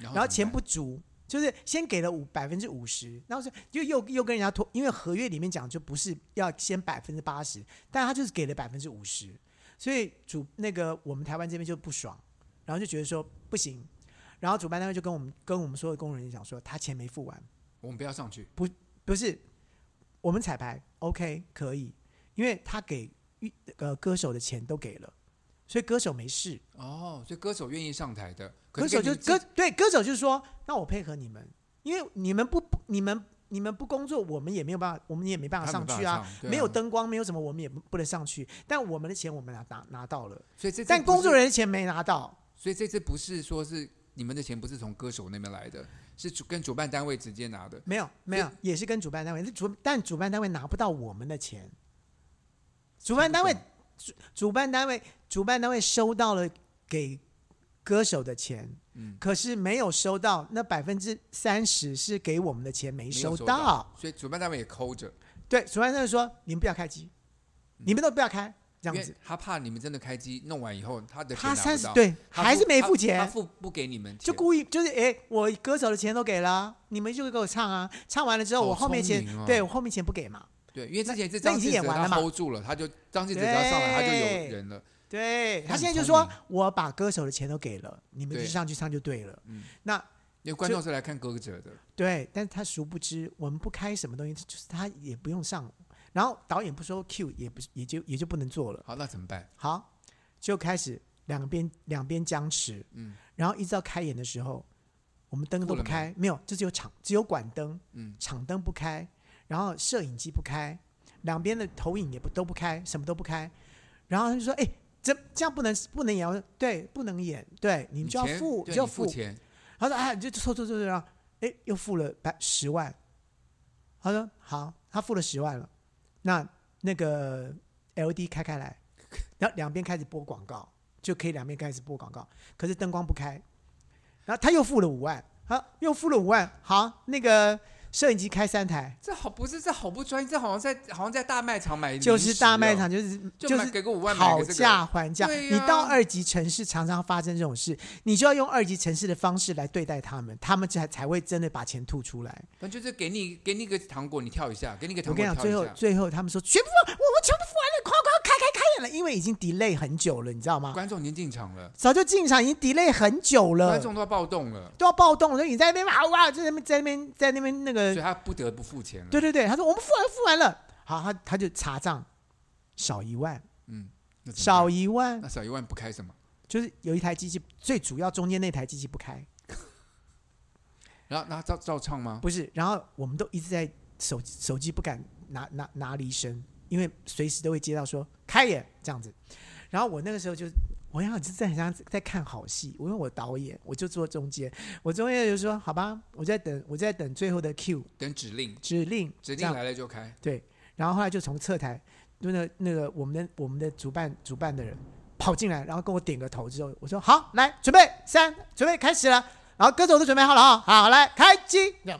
[SPEAKER 2] 然
[SPEAKER 1] 然后
[SPEAKER 2] 怎么
[SPEAKER 1] 钱
[SPEAKER 2] 办
[SPEAKER 1] 不足。就是先给了五百分之五十，然后是就又又跟人家拖，因为合约里面讲就不是要先百分之八十，但他就是给了百分之五十，所以主那个我们台湾这边就不爽，然后就觉得说不行，然后主办单位就跟我们跟我们所有工人讲说他钱没付完，
[SPEAKER 2] 我们不要上去，
[SPEAKER 1] 不是我们彩排 OK 可以，因为他给预呃歌手的钱都给了，所以歌手没事，
[SPEAKER 2] 哦，所以歌手愿意上台的，可
[SPEAKER 1] 歌
[SPEAKER 2] 是
[SPEAKER 1] 手
[SPEAKER 2] 跟
[SPEAKER 1] 就
[SPEAKER 2] 你们
[SPEAKER 1] 歌对歌手就是说，那我配合你们，因为你们不不你们你们不工作，我们也没有办法，我们也没办法
[SPEAKER 2] 他
[SPEAKER 1] 上
[SPEAKER 2] 没办
[SPEAKER 1] 去
[SPEAKER 2] 法
[SPEAKER 1] 啊。
[SPEAKER 2] 唱，对啊
[SPEAKER 1] 没有，灯光，没有什么，我们也不不能上去。但我们的钱我们拿拿拿到了，
[SPEAKER 2] 所以这次
[SPEAKER 1] 但
[SPEAKER 2] 不
[SPEAKER 1] 工作
[SPEAKER 2] 是，
[SPEAKER 1] 人员的钱没拿到。
[SPEAKER 2] 所以这次不是说是你们的钱不是从歌手那边来的，是主跟主办单位直接拿的，
[SPEAKER 1] 没有，没有，也是跟主办单位，主但主办单位拿不到我们的钱。主办单位，主主办单位，主办单位收到了给歌手的钱，
[SPEAKER 2] 嗯
[SPEAKER 1] 可是没有收到那百分之三十是给我们的钱没
[SPEAKER 2] 没
[SPEAKER 1] 收
[SPEAKER 2] 有
[SPEAKER 1] 到。
[SPEAKER 2] 收到，所以主办单位也抠着，
[SPEAKER 1] 对，主办单位说你们不要开机，你们都不要开，这样
[SPEAKER 2] 嗯因为
[SPEAKER 1] 子。
[SPEAKER 2] 他怕你们真的开机弄完以后，他的钱
[SPEAKER 1] 他
[SPEAKER 2] 拿
[SPEAKER 1] 三
[SPEAKER 2] 不
[SPEAKER 1] 十
[SPEAKER 2] 到，
[SPEAKER 1] 对
[SPEAKER 2] 他
[SPEAKER 1] 还是没
[SPEAKER 2] 他
[SPEAKER 1] 付
[SPEAKER 2] 他
[SPEAKER 1] 钱，
[SPEAKER 2] 付不给你们
[SPEAKER 1] 就
[SPEAKER 2] 钱，
[SPEAKER 1] 故意就是哎，我歌手的钱都给了，你们就给我唱啊，唱完了之后
[SPEAKER 2] 好
[SPEAKER 1] 我后面
[SPEAKER 2] 聪
[SPEAKER 1] 钱
[SPEAKER 2] 明哦，
[SPEAKER 1] 对我后面钱不给嘛，
[SPEAKER 2] 对，因为之前是
[SPEAKER 1] 那
[SPEAKER 2] 张
[SPEAKER 1] 已
[SPEAKER 2] 信
[SPEAKER 1] 经演
[SPEAKER 2] 哲
[SPEAKER 1] 完
[SPEAKER 2] 他
[SPEAKER 1] 了嘛
[SPEAKER 2] hold 住了，他就张信哲只要上来他就有
[SPEAKER 1] 对
[SPEAKER 2] 人了，
[SPEAKER 1] 对他
[SPEAKER 2] 很
[SPEAKER 1] 现在就
[SPEAKER 2] 聪
[SPEAKER 1] 说我把歌手的钱都给了，你们就
[SPEAKER 2] 对
[SPEAKER 1] 上去唱就对了。
[SPEAKER 2] 嗯
[SPEAKER 1] 那
[SPEAKER 2] 因为观众是来看歌者的，
[SPEAKER 1] 对，但他殊不知我们不开什么东西，就是他也不用上，然后导演不说 Q 也不也就也就不能做了。
[SPEAKER 2] 好，那怎么办？
[SPEAKER 1] 好，就开始两边两边僵持，
[SPEAKER 2] 嗯
[SPEAKER 1] 然后一直到开演的时候，我们灯
[SPEAKER 2] 过
[SPEAKER 1] 都
[SPEAKER 2] 了
[SPEAKER 1] 不开，没有，就只有场只有管灯，
[SPEAKER 2] 嗯，
[SPEAKER 1] 场灯不开，然后摄影机不开，两边的投影也不都不开，什么都不开，然后他就说，哎、这这样不能不能演，我说对，不能演，对，你们就要
[SPEAKER 2] 钱
[SPEAKER 1] 付，
[SPEAKER 2] 对
[SPEAKER 1] 就要
[SPEAKER 2] 你付
[SPEAKER 1] 付。
[SPEAKER 2] 钱，
[SPEAKER 1] 他说，哎，你就凑凑凑凑，然后哎，又付了百十万。他说好，他付了十万了，那那个 L E D 开开来，然后两边开始播广告，就可以两边开始播广告，可是灯光不开，然后他又付了五万，好，又付了五万，好，那个摄影机开三台，
[SPEAKER 2] 这好不是这好不专业，这好像在好像在大卖场买零食
[SPEAKER 1] 就
[SPEAKER 2] 哦，
[SPEAKER 1] 是大卖场，就是
[SPEAKER 2] 就买
[SPEAKER 1] 是
[SPEAKER 2] 给个五万买
[SPEAKER 1] 讨
[SPEAKER 2] 个这个，
[SPEAKER 1] 价还价。
[SPEAKER 2] 对
[SPEAKER 1] 你
[SPEAKER 2] 呀
[SPEAKER 1] 到二级城市常常发生这种事，你就要用二级城市的方式来对待他们，他们才才会真的把钱吐出来。
[SPEAKER 2] 反正就是给你给你个糖果，你跳一下，给你个
[SPEAKER 1] 我
[SPEAKER 2] 糖
[SPEAKER 1] 跟
[SPEAKER 2] 果
[SPEAKER 1] 你讲，
[SPEAKER 2] 跳一
[SPEAKER 1] 最后
[SPEAKER 2] 下。
[SPEAKER 1] 最后他们说全部付完，我我全部付完了，快快快开开开演了，因为已经 delay 很久了，你知道吗？
[SPEAKER 2] 观众已经进场了，
[SPEAKER 1] 早就进场已经 delay 很久啊了
[SPEAKER 2] 观，众都要暴动了，
[SPEAKER 1] 都要暴动了，所以你在那边哇哇，在那边在那边在那边那
[SPEAKER 2] 所以
[SPEAKER 1] 个，
[SPEAKER 2] 他不得不付钱了。
[SPEAKER 1] 对对对，他说我们付完付完了，好，他他就查账，少一万，
[SPEAKER 2] 嗯，那怎么
[SPEAKER 1] 少
[SPEAKER 2] 办
[SPEAKER 1] 一万，
[SPEAKER 2] 那少一万不开什么？
[SPEAKER 1] 就是有一台机器，最主要中间那台机器不开，
[SPEAKER 2] 然后那他照照唱吗？
[SPEAKER 1] 不是，然后我们都一直在手手机不敢拿拿拿离身，因为随时都会接到说开演这样子。然后我那个时候就，我要是在很像在看好戏，我因为我导演，我就坐中间，我中间就说好吧，我在等我在等最后的 Q
[SPEAKER 2] 等指令，
[SPEAKER 1] 指令这
[SPEAKER 2] 指令
[SPEAKER 1] 样
[SPEAKER 2] 来了就开。
[SPEAKER 1] 对，然后后来就从侧台，就那那个我们的我们的主办主办的人跑进来，然后跟我点个头之后，我说好，来准备三，准备开始了，然后歌手都准备好了啊，好来开机，这样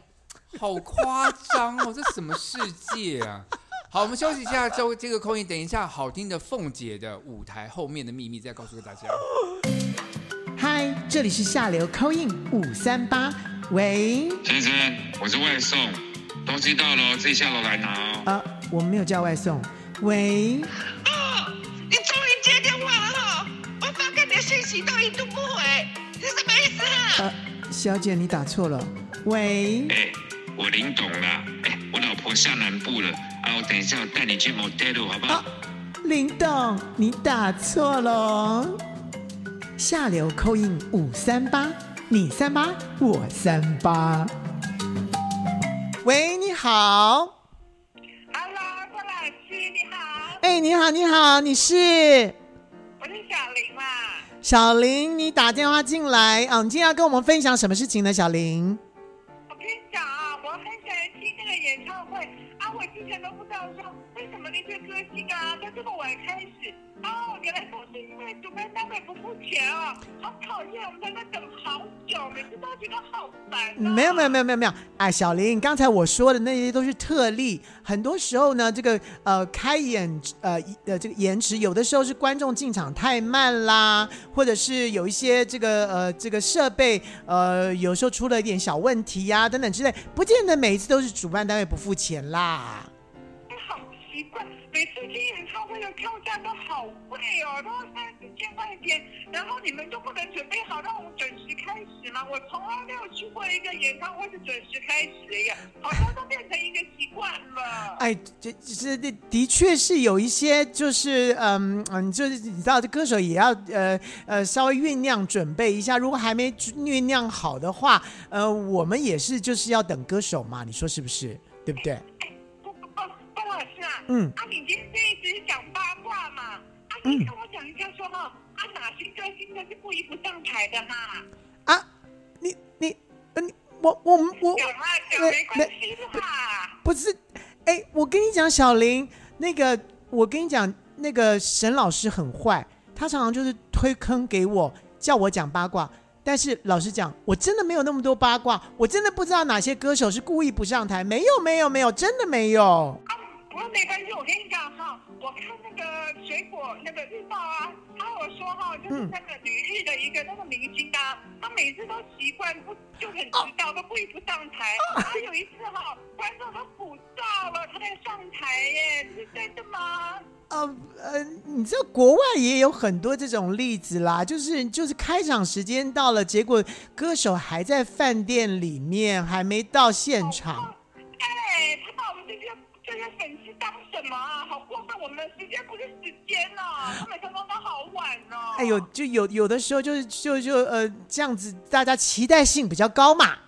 [SPEAKER 2] 好夸张哦！ *laughs* 这什么世界啊？好，我们休息一下，周这个空音，等一下好听的凤姐的舞台后面的秘密再告诉给大家。
[SPEAKER 1] 嗨，这里是下流 c i n 五三八，喂，
[SPEAKER 3] 先生，我是外送，东西到了哦自己下楼来拿哦。
[SPEAKER 1] 呃，我们没有叫外送，喂，
[SPEAKER 4] 哦，你终于接电话了哈、我发给你的信息都一度不回，是什么意思啊？
[SPEAKER 1] 呃，小姐你打错了，喂，
[SPEAKER 3] 哎、我林董啦，哎、我老婆下南部了，啊，我等一下我带你去 motel 好不好？
[SPEAKER 1] 啊，林董你打错了哦，下流 c i 五三八，你三八我三八，喂，你好，
[SPEAKER 4] Hello，郭老师你
[SPEAKER 1] 哎、你好，你好，你是
[SPEAKER 4] 我是小啊林嘛。
[SPEAKER 1] 小林，你打电话进来啊？你今天要跟我们分享什么事情呢？小林，
[SPEAKER 4] 我跟你讲啊，我很喜欢听那个演唱会啊，我之前都不知道说为什么那些歌星啊都这么晚开始。哦，原来都是因为主办单位不付钱哦，好讨厌，我们在那等好久，每次都觉得好烦、啊。
[SPEAKER 1] 没有没有没有没有没有，哎，小林，刚才我说的那些都是特例，很多时候呢，这个呃开演呃一呃这个延迟，有的时候是观众进场太慢啦，或者是有一些这个呃这个设备呃有时候出了一点小问题呀、等等之类，不见得每一次都是主办单位不付钱啦。
[SPEAKER 4] 好奇怪，每次听演唱会的票价都好贵哦，都要三四千块钱，然后你们都不能准备好让我们准时开始吗？我从来没有去过一个演唱会是准时开始的呀，好像都变成一个习惯了。
[SPEAKER 1] 哎，这这这的确是有一些，就是嗯嗯，就是你知道，这歌手也要呃呃稍微酝酿准备一下，如果还没酝酿好的话，呃，我们也是就是要等歌手嘛，你说是不是？对不对？
[SPEAKER 4] 不不不，不老师啊，
[SPEAKER 1] 嗯
[SPEAKER 4] 啊，你今天一直讲八卦嘛，啊，你跟我讲一下说哈，啊，哪些歌星他是故意不上台的哈？
[SPEAKER 1] 啊，你你呃你我我们我
[SPEAKER 4] 讲啊讲没关系啦，
[SPEAKER 1] 不是，哎，我跟你讲，小林，那个我跟你讲，那个沈老师很坏，他常常就是推坑给我，叫我讲八卦。但是老实讲，我真的没有那么多八卦，我真的不知道哪些歌手是故意不上台，没有没有没有，真的没有。
[SPEAKER 4] 啊，不过没关系，我跟你讲哈，我看那个水果那个日报啊，他有说哈，
[SPEAKER 1] 嗯
[SPEAKER 4] 就是那个旅日的一个那个明星啊，他每次都习惯不就很迟到，都故意不上台。
[SPEAKER 1] 哦
[SPEAKER 4] 然后有一次哈，观众都鼓噪了，他才上台耶，这是真的吗？
[SPEAKER 1] 呃呃，你知道国外也有很多这种例子啦，就是就是开场时间到了，结果歌手还在饭店里面，还没到现
[SPEAKER 4] 哦
[SPEAKER 1] 场。
[SPEAKER 4] 哎，他把我们这些这些粉丝当什么啊？好过分！我们的时间不是时间哦，他每天都到好晚哦。
[SPEAKER 1] 哎呦，就有有的时候就是就就呃这样子，大家期待性比较高嘛。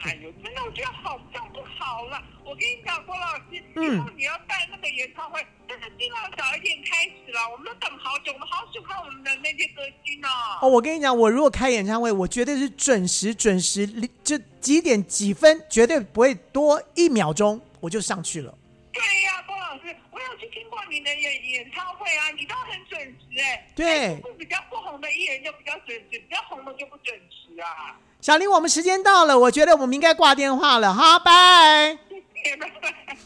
[SPEAKER 4] 哎呦，真的我觉得好像不好了。我跟你讲，郭老师，
[SPEAKER 1] 嗯
[SPEAKER 4] 以后你要办那个演唱会，真的尽量早一点开始了。我们都等好久，我们好喜欢我们的那些歌星哦。
[SPEAKER 1] 哦，我跟你讲，我如果开演唱会，我绝对是准时准时，就几点几分，绝对不会多一秒钟我就上去了。
[SPEAKER 4] 对呀、郭老师，我有去听过你的演演唱会啊，你都很准时哎、
[SPEAKER 1] 对
[SPEAKER 4] 不比较不红的艺人就比较准时，比较红的就不准时啊。
[SPEAKER 1] 小林，我们时间到了，我觉得我们应该挂电话了哈，拜，
[SPEAKER 4] 谢谢，拜拜。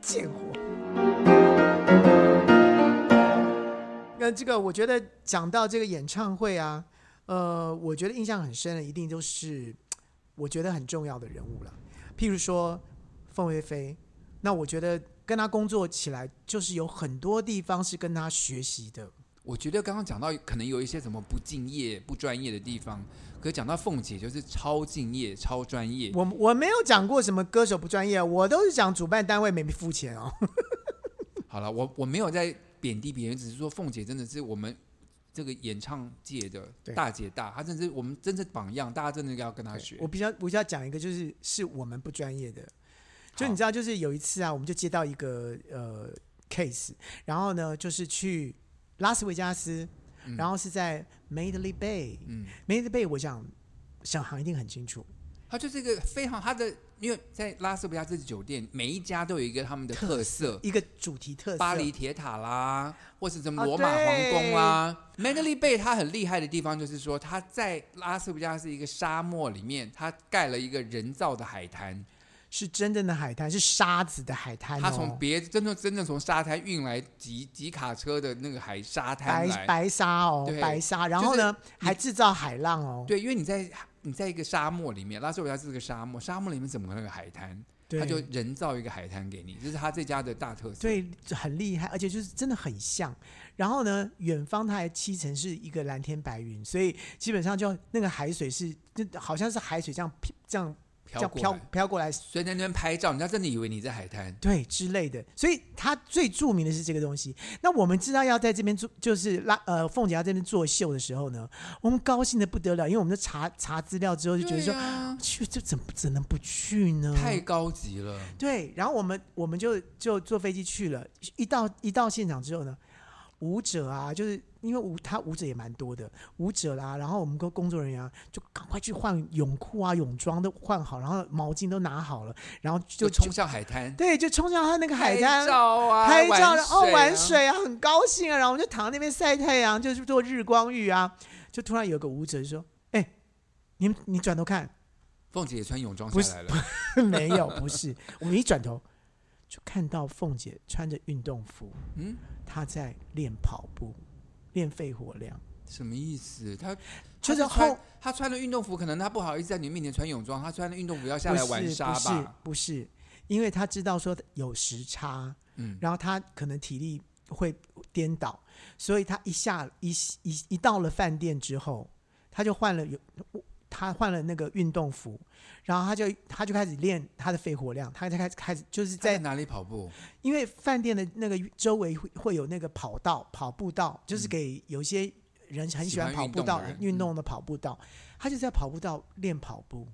[SPEAKER 1] 贱货。那这个，我觉得讲到这个演唱会啊，呃，我觉得印象很深的，一定都是我觉得很重要的人物了。譬如说凤飞飞，那我觉得跟他工作起来，就是有很多地方是跟他学习的。
[SPEAKER 2] 我觉得刚刚讲到可能有一些什么不敬业、不专业的地方，可讲到凤姐就是超敬业、超专业。
[SPEAKER 1] 我我没有讲过什么歌手不专业，我都是讲主办单位没付钱哦。
[SPEAKER 2] 好了，我我没有在贬低别人，只是说凤姐真的是我们这个演唱界的
[SPEAKER 1] 对
[SPEAKER 2] 大姐大，她真的是我们真正榜样，大家真的要跟她学
[SPEAKER 1] 我。比较我比较讲一个，就是是我们不专业的，就
[SPEAKER 2] 好
[SPEAKER 1] 你知道，就是有一次啊，我们就接到一个呃 case，然后呢，就是去拉斯维加斯，然后是在 Medley Bay，Medley、
[SPEAKER 2] 嗯，
[SPEAKER 1] Bay，我想沈航一定很清楚，
[SPEAKER 2] 她就是一个非常她的，因为在拉斯维加斯酒店，每一家都有一个他们的特色，
[SPEAKER 1] 一个主题特色，
[SPEAKER 2] 巴黎铁塔啦，或是什么
[SPEAKER 1] 啊
[SPEAKER 2] 罗马
[SPEAKER 1] 对
[SPEAKER 2] 皇宫啦。Mandalay Bay 它很厉害的地方就是说，它在拉斯维加斯一个沙漠里面，它盖了一个人造的海滩，
[SPEAKER 1] 是真正的海滩，是沙子的海滩、哦，
[SPEAKER 2] 它从别真正真正从沙滩运来几几卡车的那个海沙滩
[SPEAKER 1] 白
[SPEAKER 2] 来。
[SPEAKER 1] 白沙哦
[SPEAKER 2] 对，
[SPEAKER 1] 白沙，然后呢、还制造海浪哦，
[SPEAKER 2] 对，因为你在你在一个沙漠里面，拉斯维加斯是个沙漠，沙漠里面怎么可能有海滩？
[SPEAKER 1] 对
[SPEAKER 2] 它就人造一个海滩给你，这是它这家的大特色。
[SPEAKER 1] 对，很厉害，而且就是真的很像。然后呢，远方它还七成是一个蓝天白云，所以基本上就那个海水是，就好像是海水这样飘这样这
[SPEAKER 2] 飘
[SPEAKER 1] 样
[SPEAKER 2] 过
[SPEAKER 1] 飘
[SPEAKER 2] 来
[SPEAKER 1] 飘过来，
[SPEAKER 2] 所以在那边拍照，人家真的以为你在海滩。
[SPEAKER 1] 对之类的。所以它最著名的是这个东西。那我们知道要在这边做，就是拉呃凤姐要这边做秀的时候呢，我们高兴的不得了，因为我们就查查资料之后就觉得说，
[SPEAKER 2] 对啊
[SPEAKER 1] 们去就怎么怎能不去呢？
[SPEAKER 2] 太高级了，
[SPEAKER 1] 对，然后我们我们就就坐飞机去了，一到一到现场之后呢，舞者啊，就是因为舞他舞者也蛮多的，舞者啦、然后我们跟工作人员啊，就赶快去换泳裤啊、泳装都换好，然后毛巾都拿好了，然后就
[SPEAKER 2] 就冲向海滩，
[SPEAKER 1] 对，就冲向他那个海滩
[SPEAKER 2] 拍照啊，
[SPEAKER 1] 拍照，然后
[SPEAKER 2] 啊
[SPEAKER 1] 玩，水啊，很高兴啊，然后我们就躺在那边晒太阳，就是做日光浴啊，就突然有个舞者就说：“哎、你你转头看，
[SPEAKER 2] 凤姐也穿泳装
[SPEAKER 1] 不是
[SPEAKER 2] 下来了，
[SPEAKER 1] *laughs* 没有，不是。我们一转头就看到凤姐穿着运动服，
[SPEAKER 2] 嗯，
[SPEAKER 1] 她在练跑步，练肺活量。
[SPEAKER 2] 什么意思？她
[SPEAKER 1] 就
[SPEAKER 2] 她
[SPEAKER 1] 是
[SPEAKER 2] 穿
[SPEAKER 1] 后
[SPEAKER 2] 她穿了运动服，可能她不好意思在你面前穿泳装，她穿了运动服要下来玩沙
[SPEAKER 1] 不是
[SPEAKER 2] 吧？
[SPEAKER 1] 不是，因为她知道说有时差，
[SPEAKER 2] 嗯，
[SPEAKER 1] 然后她可能体力会颠倒，所以她一下一一一到了饭店之后，她就换了有。她换了那个运动服，然后她就她就开始练她的肺活量，她就开始开始就是
[SPEAKER 2] 在
[SPEAKER 1] 在
[SPEAKER 2] 哪里跑步？
[SPEAKER 1] 因为饭店的那个周围会会有那个跑道、跑步道，就是给有些人很喜欢跑步道
[SPEAKER 2] 嗯喜欢运动的人、
[SPEAKER 1] 运动的跑步道，他就在跑步道练跑步。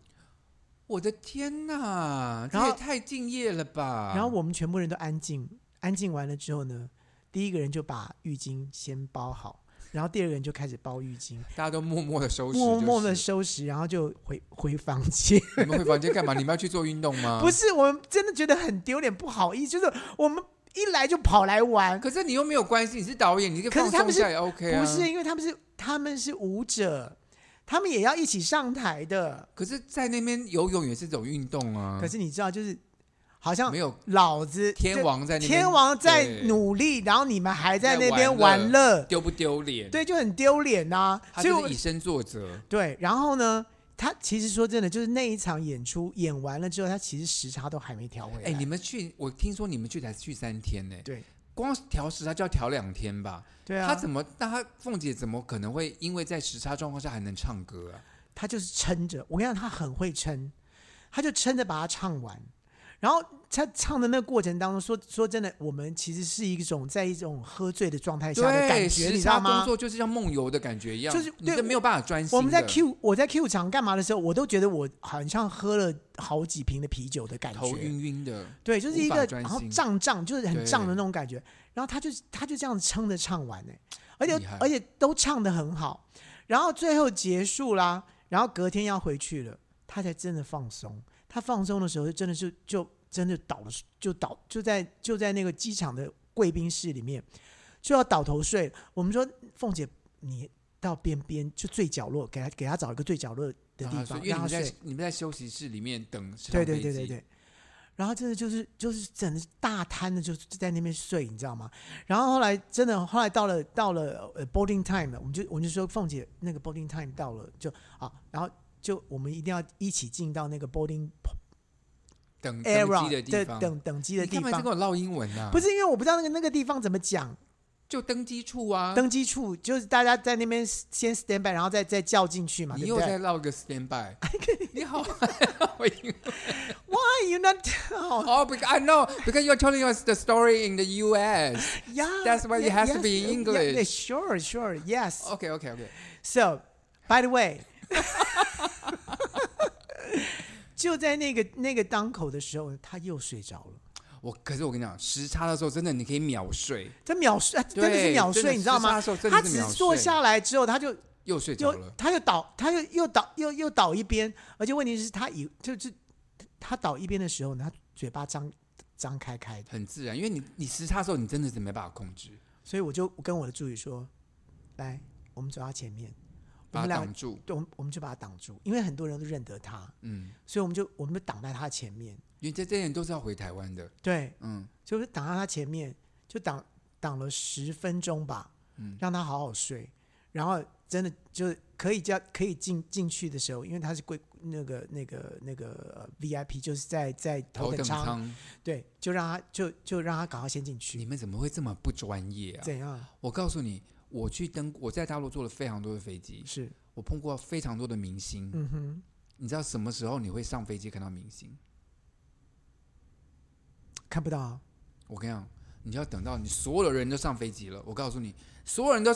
[SPEAKER 2] 我的天哪，
[SPEAKER 1] 然
[SPEAKER 2] 这
[SPEAKER 1] 后
[SPEAKER 2] 也太敬业了吧！
[SPEAKER 1] 然后我们全部人都安静，安静完了之后呢，第一个人就把浴巾先包好，然后第二个人就开始包浴巾，
[SPEAKER 2] 大家都默默的收拾、就是，
[SPEAKER 1] 默默的收拾，然后就回回房间。
[SPEAKER 2] 你们回房间干嘛？你们要去做运动
[SPEAKER 1] *laughs*
[SPEAKER 2] 吗？
[SPEAKER 1] 不，是，我们真的觉得很丢脸，不好意思，就是我们一来就跑来玩，
[SPEAKER 2] 可是你又没有关系，你是导演，你这个
[SPEAKER 1] 可
[SPEAKER 2] 放
[SPEAKER 1] 是他
[SPEAKER 2] 松
[SPEAKER 1] 们
[SPEAKER 2] 一
[SPEAKER 1] 是
[SPEAKER 2] 下也 OK 啊。
[SPEAKER 1] 不是，，因为他们是他们是舞者，他们也要一起上台的。
[SPEAKER 2] 可是，在那边游泳也是种运动啊。
[SPEAKER 1] 可是你知道，就是好像
[SPEAKER 2] 没有
[SPEAKER 1] 老子
[SPEAKER 2] 天
[SPEAKER 1] 就
[SPEAKER 2] 王在那边，
[SPEAKER 1] 天王在
[SPEAKER 2] 对
[SPEAKER 1] 努力，然后你们还在
[SPEAKER 2] 在
[SPEAKER 1] 那边
[SPEAKER 2] 玩
[SPEAKER 1] 玩乐，
[SPEAKER 2] 丢不丢脸？，
[SPEAKER 1] 对，就很丢脸呐、
[SPEAKER 2] 他
[SPEAKER 1] 所以
[SPEAKER 2] 就
[SPEAKER 1] 我
[SPEAKER 2] 是以身作则。
[SPEAKER 1] 对，然后呢？他其实说真的，就是那一场演出演完了之后，他其实时差都还没调回来。
[SPEAKER 2] 哎、你们去，我听说你们去才去三天呢、
[SPEAKER 1] 对
[SPEAKER 2] 光调时差就要调两天吧？
[SPEAKER 1] 对啊，
[SPEAKER 2] 他怎么？那他凤姐怎么可能会因为在时差状况下还能唱歌啊？
[SPEAKER 1] 他就是撑着。我跟你讲，他很会撑，他就撑着把它唱完。然后他唱的那个过程当中，说说真的，我们其实是一种在一种喝醉的状态下的哎感
[SPEAKER 2] 对，
[SPEAKER 1] 觉，
[SPEAKER 2] 时
[SPEAKER 1] 你知道
[SPEAKER 2] 差工
[SPEAKER 1] 吗？
[SPEAKER 2] 作就是像梦游的感觉一样，
[SPEAKER 1] 就是
[SPEAKER 2] 你
[SPEAKER 1] 对
[SPEAKER 2] 这没有办法专心的。
[SPEAKER 1] 我们在 Q 我在 Q 场干嘛的时候，我都觉得我好像喝了好几瓶的啤酒的感
[SPEAKER 2] 头
[SPEAKER 1] 觉，
[SPEAKER 2] 晕晕的，
[SPEAKER 1] 对，就是一
[SPEAKER 2] 无
[SPEAKER 1] 个
[SPEAKER 2] 法专
[SPEAKER 1] 然
[SPEAKER 2] 心
[SPEAKER 1] 后胀胀，就是很胀的
[SPEAKER 2] 对
[SPEAKER 1] 那种感觉。然后他就他就这样撑着唱完呢、欸而
[SPEAKER 2] 厉
[SPEAKER 1] 且
[SPEAKER 2] 害
[SPEAKER 1] 而且都唱的很好，然后最后结束啦，然后隔天要回去了，他才真的放松。他放松的时候，真的就就真的倒了，就倒就在就在那个机场的贵宾室里面，就要倒头睡。我们说凤姐，你到边边就最角落，给他给他找一个最角落的地
[SPEAKER 2] 然后他说
[SPEAKER 1] 方，
[SPEAKER 2] 因为
[SPEAKER 1] 让
[SPEAKER 2] 啊
[SPEAKER 1] 他
[SPEAKER 2] 你们在
[SPEAKER 1] 睡。
[SPEAKER 2] 你们在休息室里面等上
[SPEAKER 1] 对对
[SPEAKER 2] 飞
[SPEAKER 1] 对对
[SPEAKER 2] 机，
[SPEAKER 1] 对。然后真的就是就是整个大摊的，就是在那边睡，你知道吗？然后后来真的后来到了到了呃 boarding time 了，我们就我们就说凤姐那个 boarding time 到了就啊，然后就我们一定要一起进到那个 boarding
[SPEAKER 2] 等等
[SPEAKER 1] era
[SPEAKER 2] 机的地方。
[SPEAKER 1] 等等级的
[SPEAKER 2] 你
[SPEAKER 1] 地
[SPEAKER 2] 干嘛一直
[SPEAKER 1] 方
[SPEAKER 2] 跟，我唠英文啊？
[SPEAKER 1] 不
[SPEAKER 2] 是，
[SPEAKER 1] 是因为我不知道那个那个地方怎么讲，
[SPEAKER 2] 就登机处啊。
[SPEAKER 1] 登机处就是大家在那边先 stand by，然后再再叫进去嘛，
[SPEAKER 2] 你
[SPEAKER 1] 对不
[SPEAKER 2] 又在
[SPEAKER 1] 对
[SPEAKER 2] 唠个
[SPEAKER 1] *laughs*
[SPEAKER 2] stand by，你好， *laughs* 我英文
[SPEAKER 1] ？Why you not？哦 *laughs*
[SPEAKER 2] oh, because I know because you're telling us the story in the U.S.
[SPEAKER 1] yeah,
[SPEAKER 2] That's why it has to
[SPEAKER 1] yes,
[SPEAKER 2] be in
[SPEAKER 1] yeah,
[SPEAKER 2] English.
[SPEAKER 1] yeah, sure, sure, yes.
[SPEAKER 2] OK OK OK，
[SPEAKER 1] So, by the way，就在那个那个当口的时候，他又睡着了。
[SPEAKER 2] 我可是我跟你讲，时差的时候真的你可以秒睡，
[SPEAKER 1] 他秒睡，他真的是
[SPEAKER 2] 对
[SPEAKER 1] 秒
[SPEAKER 2] 真
[SPEAKER 1] 睡，
[SPEAKER 2] 的
[SPEAKER 1] 你知道
[SPEAKER 2] 时差
[SPEAKER 1] 吗
[SPEAKER 2] 的时候？真的
[SPEAKER 1] 他
[SPEAKER 2] 是
[SPEAKER 1] 只
[SPEAKER 2] 秒睡
[SPEAKER 1] 坐下来之后，他就
[SPEAKER 2] 又睡着
[SPEAKER 1] 又
[SPEAKER 2] 了。
[SPEAKER 1] 他就倒，他又又倒又又倒一边，而且问题是他以就是他倒一边的时候呢，他嘴巴张张开开的，
[SPEAKER 2] 很自然，因为你你时差的时候，你真的是没办法控制，
[SPEAKER 1] 所以我就跟我的助理说：“来，我们走到前面，我
[SPEAKER 2] 把它
[SPEAKER 1] 们两
[SPEAKER 2] 挡
[SPEAKER 1] 个，
[SPEAKER 2] 住。
[SPEAKER 1] 对，我们我们就把他挡住，因为很多人都认得他，
[SPEAKER 2] 嗯，
[SPEAKER 1] 所以我们就我们就挡在他前面。
[SPEAKER 2] 因为这这些人都是要回台湾的。
[SPEAKER 1] 对，
[SPEAKER 2] 嗯，
[SPEAKER 1] 就是挡在他前面，就挡挡了十分钟吧，
[SPEAKER 2] 嗯
[SPEAKER 1] 让他好好睡，然后真的就是可以叫可以进进去的时候，因为他是贵那个那个那个呃 VIP，就是在在头
[SPEAKER 2] 头
[SPEAKER 1] 等
[SPEAKER 2] 等
[SPEAKER 1] 舱，
[SPEAKER 2] 舱，
[SPEAKER 1] 对，就让他就就让他赶快先进
[SPEAKER 2] 你
[SPEAKER 1] 去，
[SPEAKER 2] 们怎么会这么不专业啊？
[SPEAKER 1] 怎样？
[SPEAKER 2] 我告诉你，我去登，我在大陆坐了非常多的飞机，
[SPEAKER 1] 是，
[SPEAKER 2] 我碰过非常多的明星。
[SPEAKER 1] 嗯哼，
[SPEAKER 2] 你知道什么时候你会上飞机看到明星？
[SPEAKER 1] 看不到啊，啊
[SPEAKER 2] 我跟你讲，你就要等到你所有的人都上飞机了。我告诉你，所有人都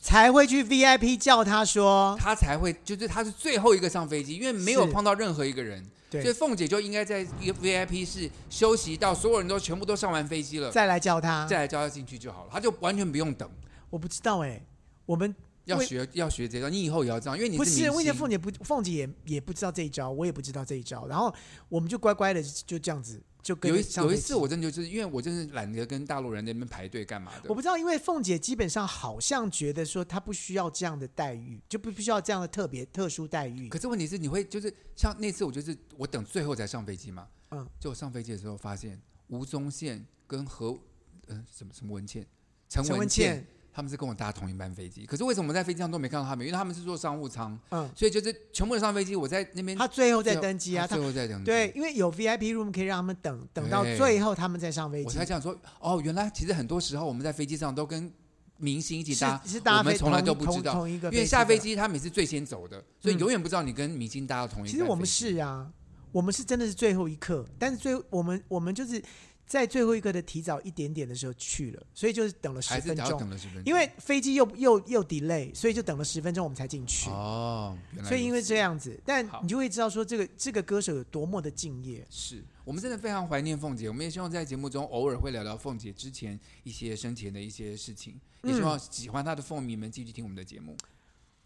[SPEAKER 1] 才会去 VIP 叫他说，
[SPEAKER 2] 他才会就是他是最后一个上飞机，因为没有
[SPEAKER 1] 是
[SPEAKER 2] 碰到任何一个人，所以
[SPEAKER 1] 对，
[SPEAKER 2] 凤姐就应该在一个 VIP 室休息到所有人都全部都上完飞机了，
[SPEAKER 1] 再来叫他。
[SPEAKER 2] 再来叫他进去就好了，他就完全不用等。
[SPEAKER 1] 我不知道哎、我们
[SPEAKER 2] 要
[SPEAKER 1] 我
[SPEAKER 2] 学要学这招，你以后也要这样，因为你
[SPEAKER 1] 不
[SPEAKER 2] 是
[SPEAKER 1] 是，
[SPEAKER 2] 明
[SPEAKER 1] 问题
[SPEAKER 2] 星。
[SPEAKER 1] 凤姐不，凤姐也也不知道这一招，我也不知道这一招，然后我们就乖乖的就这样子就跟
[SPEAKER 2] 有一
[SPEAKER 1] 着上
[SPEAKER 2] 有一
[SPEAKER 1] 飞
[SPEAKER 2] 次，
[SPEAKER 1] 机
[SPEAKER 2] 我真的就是因为我真是懒得跟大陆人在那边排队干嘛的
[SPEAKER 1] 我，不知道，因为凤姐基本上好像觉得说她不需要这样的待遇，就不不需要这样的特别特殊待遇。
[SPEAKER 2] 可是问题是，你会就是像那次，我就是我等最后才上飞机嘛，
[SPEAKER 1] 嗯，
[SPEAKER 2] 就上飞机的时候发现吴宗宪跟何呃什么什么文倩、陈
[SPEAKER 1] 陈文
[SPEAKER 2] 倩
[SPEAKER 1] 茜，
[SPEAKER 2] 他们是跟我搭同一班飞机，可是为什么我在飞机上都没看到他们？因为他们是坐商务舱，
[SPEAKER 1] 嗯，
[SPEAKER 2] 所以就是全部人上飞机，我在那边
[SPEAKER 1] 她最后再登机啊，
[SPEAKER 2] 他
[SPEAKER 1] 她
[SPEAKER 2] 最后再登机，
[SPEAKER 1] 对，，因为有 VIP room 可以让他们等，等到
[SPEAKER 2] 对
[SPEAKER 1] 最后他们再上飞
[SPEAKER 2] 我
[SPEAKER 1] 机
[SPEAKER 2] 才。想说哦，原来其实很多时候我们在飞机上都跟明星一起
[SPEAKER 1] 是
[SPEAKER 2] 搭，
[SPEAKER 1] 是搭
[SPEAKER 2] 我们
[SPEAKER 1] 飞
[SPEAKER 2] 从来
[SPEAKER 1] 同
[SPEAKER 2] 都不
[SPEAKER 1] 同
[SPEAKER 2] 知道
[SPEAKER 1] 同一个，
[SPEAKER 2] 因为下飞
[SPEAKER 1] 的。
[SPEAKER 2] 机他们也是最先走的，所以
[SPEAKER 1] 嗯
[SPEAKER 2] 永远不知道你跟明星搭到同一班飞机。
[SPEAKER 1] 其实我们是啊，我们是真的是最后一刻，但是最我们我们就是在最后一刻的提早一点点的时候去了，所以就是等了十
[SPEAKER 2] 还是
[SPEAKER 1] 分
[SPEAKER 2] 要
[SPEAKER 1] 钟
[SPEAKER 2] 等，了十分钟，
[SPEAKER 1] 因为飞机又又又 delay，所以就等了十分钟我们才进去。
[SPEAKER 2] 哦，原来
[SPEAKER 1] 所以因
[SPEAKER 2] 如
[SPEAKER 1] 为
[SPEAKER 2] 此
[SPEAKER 1] 这样子，但
[SPEAKER 2] 好
[SPEAKER 1] 你就会知道说这个这个歌手有多么的敬业。
[SPEAKER 2] 是我们真的非常怀念凤姐，我们也希望在节目中偶尔会聊聊凤姐之前一些生前的一些事情，也
[SPEAKER 1] 嗯
[SPEAKER 2] 希望喜欢她的凤迷们继续听我们的节目。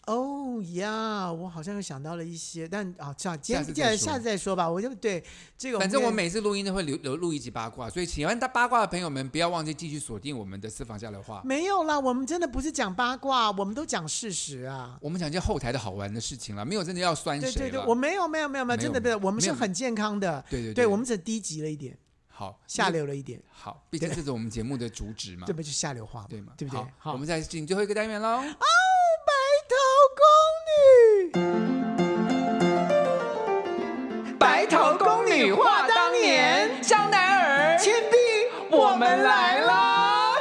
[SPEAKER 1] 哦呀，我好像又想到了一些，但啊，这样今
[SPEAKER 2] 下次
[SPEAKER 1] 天
[SPEAKER 2] 再
[SPEAKER 1] 下
[SPEAKER 2] 说
[SPEAKER 1] 下次再说吧。我就对这个，
[SPEAKER 2] 反正我
[SPEAKER 1] 们
[SPEAKER 2] 每次录音都会留留录一集八卦，所以喜欢她八卦的朋友们不要忘记继续锁定我们的私房下的话。
[SPEAKER 1] 没有啦，我们真的不是讲八卦，我们都讲事实啊。
[SPEAKER 2] 我们讲一些后台的好玩的事情了，没有真的要酸谁
[SPEAKER 1] 对对
[SPEAKER 2] 了。
[SPEAKER 1] 对，我没有没有没有没有，
[SPEAKER 2] 没
[SPEAKER 1] 真
[SPEAKER 2] 有
[SPEAKER 1] 的没有，我们
[SPEAKER 2] 没
[SPEAKER 1] 是
[SPEAKER 2] 有
[SPEAKER 1] 很健康的。
[SPEAKER 2] 对对
[SPEAKER 1] 对，我们只低级了一点，
[SPEAKER 2] 好
[SPEAKER 1] 下流了一点，
[SPEAKER 2] 好，毕竟这是我们节目的主旨嘛
[SPEAKER 1] 对，不对？就下流话嘛，
[SPEAKER 2] 对吗？
[SPEAKER 1] 对不对？
[SPEAKER 2] 好，
[SPEAKER 1] 好，啊
[SPEAKER 2] 我们再进最后一个单元喽。
[SPEAKER 5] 白头宫女话当年，香奈儿、倩碧，我们来啦！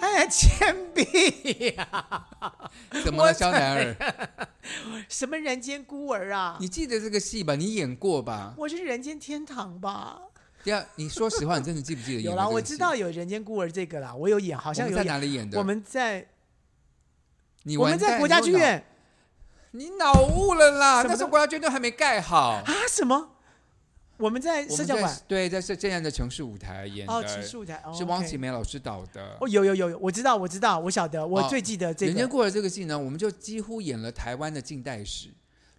[SPEAKER 1] *laughs* 哎，铅笔，
[SPEAKER 2] 怎么了，肖楠儿？
[SPEAKER 1] 什么人间孤儿啊？
[SPEAKER 2] 你记得这个戏吧？你演过吧？
[SPEAKER 1] 我是人间天堂吧？
[SPEAKER 2] 第二，你说实话，你真的记不记得演
[SPEAKER 1] 有
[SPEAKER 2] 过
[SPEAKER 1] 啦，
[SPEAKER 2] 这个
[SPEAKER 1] 我
[SPEAKER 2] 戏
[SPEAKER 1] 知道有人间孤儿这个啦，我有演，好
[SPEAKER 2] 我
[SPEAKER 1] 像
[SPEAKER 2] 们
[SPEAKER 1] 有
[SPEAKER 2] 在
[SPEAKER 1] 演。
[SPEAKER 2] 哪里演的？
[SPEAKER 1] 我们在
[SPEAKER 2] 你
[SPEAKER 1] 我
[SPEAKER 2] 完
[SPEAKER 1] 们在
[SPEAKER 2] 蛋
[SPEAKER 1] 国家剧，院
[SPEAKER 2] 你脑你脑雾了啦！
[SPEAKER 1] 什么
[SPEAKER 2] 那时候国家剧院都还没盖
[SPEAKER 1] *laughs*
[SPEAKER 2] 好。
[SPEAKER 1] 啊？什么？我们在
[SPEAKER 2] 我
[SPEAKER 1] 社
[SPEAKER 2] 们
[SPEAKER 1] 交
[SPEAKER 2] 在
[SPEAKER 1] 馆
[SPEAKER 2] 对，在这这样的城市舞台演的，
[SPEAKER 1] 哦，植树台哦
[SPEAKER 2] 是汪
[SPEAKER 1] OK
[SPEAKER 2] 启梅老师导的。
[SPEAKER 1] 哦，有有有有，我知道我知道，我晓得，
[SPEAKER 2] 哦
[SPEAKER 1] 我最记得这
[SPEAKER 2] 人间
[SPEAKER 1] 个。
[SPEAKER 2] 孤儿》这个戏呢，我们就几乎演了台湾的近代史，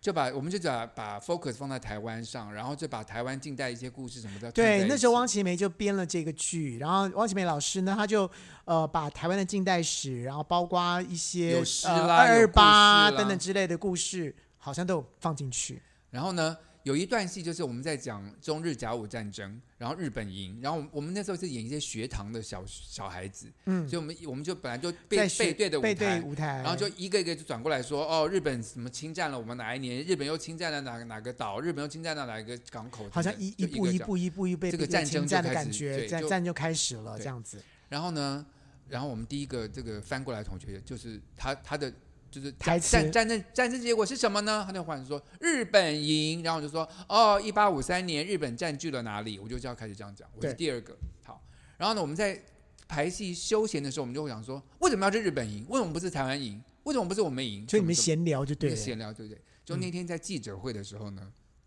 [SPEAKER 2] 就把我们就把把 focus 放在台湾上，然后就把台湾近代一些故事什么的。
[SPEAKER 1] 对，那时候汪琪梅就编了这个剧，然后汪琪梅老师呢，他就呃把台湾的近代史，然后包括一些
[SPEAKER 2] 有诗
[SPEAKER 1] 呃
[SPEAKER 2] 啦
[SPEAKER 1] 二二
[SPEAKER 2] 有故事啦
[SPEAKER 1] 八等等之类的故事，好像都有放进去。
[SPEAKER 2] 然后呢，有一段戏就是我们在讲中日甲午战争，然后日本赢，然后我们我们那时候是演一些学堂的小小孩子，
[SPEAKER 1] 嗯
[SPEAKER 2] 所以我们我们就本来就
[SPEAKER 1] 在
[SPEAKER 2] 背
[SPEAKER 1] 学
[SPEAKER 2] 背对的舞
[SPEAKER 1] 背对
[SPEAKER 2] 台。
[SPEAKER 1] 舞台，
[SPEAKER 2] 然后就一个一个就转过来说，哦，日本什么侵占了我们哪一年？日本又侵占了哪个哪个岛？日本又侵占了哪一个港口？
[SPEAKER 1] 好像
[SPEAKER 2] 等等
[SPEAKER 1] 一
[SPEAKER 2] 就
[SPEAKER 1] 一
[SPEAKER 2] 个
[SPEAKER 1] 步一
[SPEAKER 2] 讲
[SPEAKER 1] 步一步一步被
[SPEAKER 2] 这个
[SPEAKER 1] 被
[SPEAKER 2] 战
[SPEAKER 1] 侵
[SPEAKER 2] 争
[SPEAKER 1] 占
[SPEAKER 2] 就
[SPEAKER 1] 的
[SPEAKER 2] 开
[SPEAKER 1] 感
[SPEAKER 2] 始
[SPEAKER 1] 觉，
[SPEAKER 2] 对
[SPEAKER 1] 战
[SPEAKER 2] 就
[SPEAKER 1] 战就开始了，
[SPEAKER 2] 对
[SPEAKER 1] 这样子。
[SPEAKER 2] 然后呢，然后我们第一个这个翻过来的同学就是他他的就是
[SPEAKER 1] 台词
[SPEAKER 2] 战战争战争结果是什么呢？他就忽然说日本赢，然后我就说哦，一八五三年日本占据了哪里？我就这样开始这样讲，我是
[SPEAKER 1] 对
[SPEAKER 2] 第二个。好，然后呢，我们在排戏休闲的时候，我们就会想说，为什么要是日本赢？为什么不是台湾赢？为什么不是我们赢？
[SPEAKER 1] 所以你们
[SPEAKER 2] 什么
[SPEAKER 1] 闲聊就
[SPEAKER 2] 什么
[SPEAKER 1] 对了，嗯
[SPEAKER 2] 闲聊对不对？就那天在记者会的时候呢，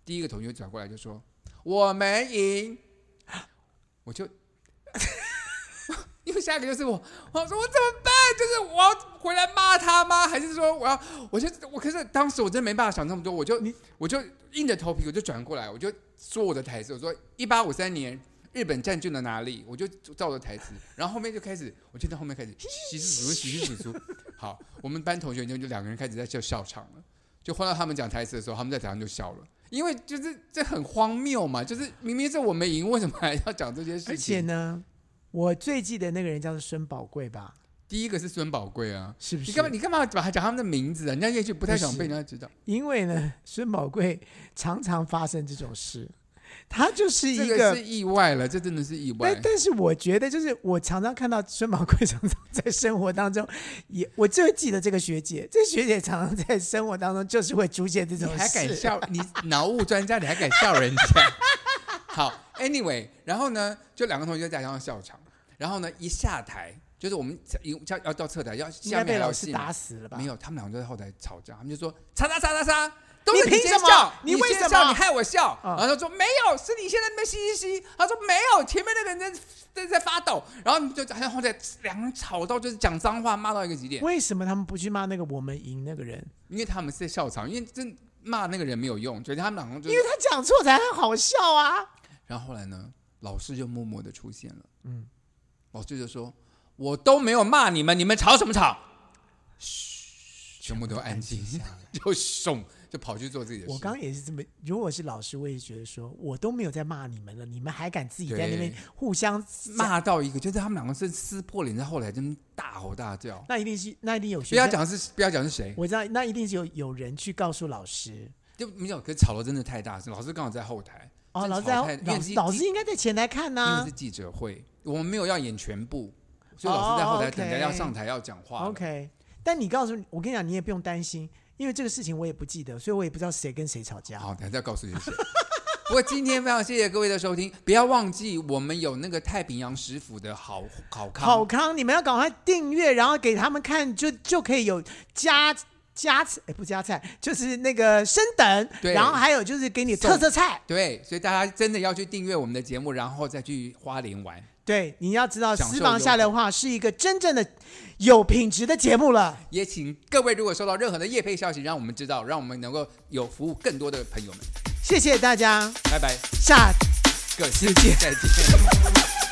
[SPEAKER 2] 第一个同学转过来就说我们赢，我就。因为下一个就是我，我说我怎么办？就是我要回来骂他吗？还是说我要，我就我可是当时我真没办法想那么多，我就
[SPEAKER 1] 你
[SPEAKER 2] 我就硬着头皮我就转过来，我就说我的台词，我说一八五三年日本占据了哪里，我就照着台词，然后后面就开始，我就到后面开始洗洗数洗洗数数。好，我们班同学就就两个人开始在笑笑场了，就换到他们讲台词的时候，他们在台上就笑了。因为就是这很荒谬嘛，就是明明是我们赢，为什么还要讲这些事情？
[SPEAKER 1] 而且呢，我最记得那个人叫做孙宝贵吧，
[SPEAKER 2] 第一个是孙宝贵啊，
[SPEAKER 1] 是不
[SPEAKER 2] 你
[SPEAKER 1] 是？
[SPEAKER 2] 干嘛？你干嘛把他讲他们的名字啊？人家也许不太想
[SPEAKER 1] 不是
[SPEAKER 2] 被人家知道。
[SPEAKER 1] 因为呢， *laughs* 孙宝贵常常发生这种事，他就是一
[SPEAKER 2] 这
[SPEAKER 1] 个。
[SPEAKER 2] 个是意外了，这真的是意外
[SPEAKER 1] 但。但是我觉得，就是我常常看到孙宝贵常常在生活当中也，我就记得这个学姐，这学姐常常在生活当中就是会出现这
[SPEAKER 2] 你
[SPEAKER 1] 种事，
[SPEAKER 2] 还敢笑？你脑雾专家，你还敢笑人家？好，anyway，然后呢，就两个同学在台上笑场，然后呢，一下台就是我们一要要到侧台，要
[SPEAKER 1] 应
[SPEAKER 2] 下
[SPEAKER 1] 该
[SPEAKER 2] 面
[SPEAKER 1] 被
[SPEAKER 2] 还有
[SPEAKER 1] 老
[SPEAKER 2] 戏
[SPEAKER 1] 师
[SPEAKER 2] 嘛
[SPEAKER 1] 打死了吧？
[SPEAKER 2] 没，有，他们两个就在后台吵架，他们就说叉叉叉叉叉，都
[SPEAKER 1] 你
[SPEAKER 2] 是
[SPEAKER 1] 凭
[SPEAKER 2] 先
[SPEAKER 1] 什么
[SPEAKER 2] 笑
[SPEAKER 1] 你
[SPEAKER 2] 你
[SPEAKER 1] 为
[SPEAKER 2] 先
[SPEAKER 1] 什
[SPEAKER 2] 笑
[SPEAKER 1] 么
[SPEAKER 2] 你害我笑，
[SPEAKER 1] 嗯
[SPEAKER 2] 然后他说没有，是你现在在那边嘻嘻嘻，他说没有，前面那个人在在在发抖，然后你就好像后台两个人吵到就是讲脏话，骂到一个极点，
[SPEAKER 1] 为什么他们不去骂那个我们赢那个人？
[SPEAKER 2] 因为他们是在笑场，因为真骂那个人没有用，所以他们两个就
[SPEAKER 1] 因为，他讲错才很好笑啊！
[SPEAKER 2] 然后后来呢，老师就默默的出现了，嗯，老师就说我都没有骂你们，你们吵什么吵？嘘，全部都安静下来， *laughs* 就送就跑去做自己的事。
[SPEAKER 1] 我刚刚也是这么，如果是老师，我也觉得说，我都没有在骂你们了，你们还敢自己在那边
[SPEAKER 2] 对
[SPEAKER 1] 互相讲，
[SPEAKER 2] 骂到一个，就是他们两个是撕破脸，在后来真大吼大叫。
[SPEAKER 1] 那一定是那一定有
[SPEAKER 2] 不
[SPEAKER 1] 学
[SPEAKER 2] 要
[SPEAKER 1] 生，
[SPEAKER 2] 讲是不要讲是谁，
[SPEAKER 1] 我知道那一定是有有人去告诉老师，
[SPEAKER 2] 就没有。可是吵得真的太大声，老师刚好在后台。
[SPEAKER 1] 哦，
[SPEAKER 2] 真
[SPEAKER 1] 老
[SPEAKER 2] 的
[SPEAKER 1] 师
[SPEAKER 2] 吵太
[SPEAKER 1] 在
[SPEAKER 2] 因为
[SPEAKER 1] 老
[SPEAKER 2] 是
[SPEAKER 1] 师老师应啊该在前台看
[SPEAKER 2] 因
[SPEAKER 1] 呐、
[SPEAKER 2] 为是记者会，我们没有要演全部，所以老师在后台等着
[SPEAKER 1] 哦，OK
[SPEAKER 2] 要上台要讲话了。
[SPEAKER 1] OK，但你告诉我跟你讲，你也不用担心，因为这个事情我也不记得，所以我也不知道谁跟谁吵架。
[SPEAKER 2] 好，等一下再告诉你是谁。 *laughs* 不过今天非常谢谢各位的收听，不要忘记我们有那个太平洋食府的好好康，
[SPEAKER 1] 好康，你们要赶快订阅，然后给他们看，就就可以有加加菜，哎，不加菜，就是那个升等，
[SPEAKER 2] 对
[SPEAKER 1] 然后还有就是给你
[SPEAKER 2] 送
[SPEAKER 1] 特色菜，
[SPEAKER 2] 对，所以大家真的要去订阅我们的节目，然后再去花莲玩。
[SPEAKER 1] 对，你要知道
[SPEAKER 2] 享受
[SPEAKER 1] 私房下的话是一个真正的有品质的节目了。
[SPEAKER 2] 也请各位如果收到任何的业配消息，让我们知道，让我们能够有服务更多的朋友们。
[SPEAKER 1] 谢谢大家，
[SPEAKER 2] 拜拜，
[SPEAKER 1] 下
[SPEAKER 2] 各世界再见。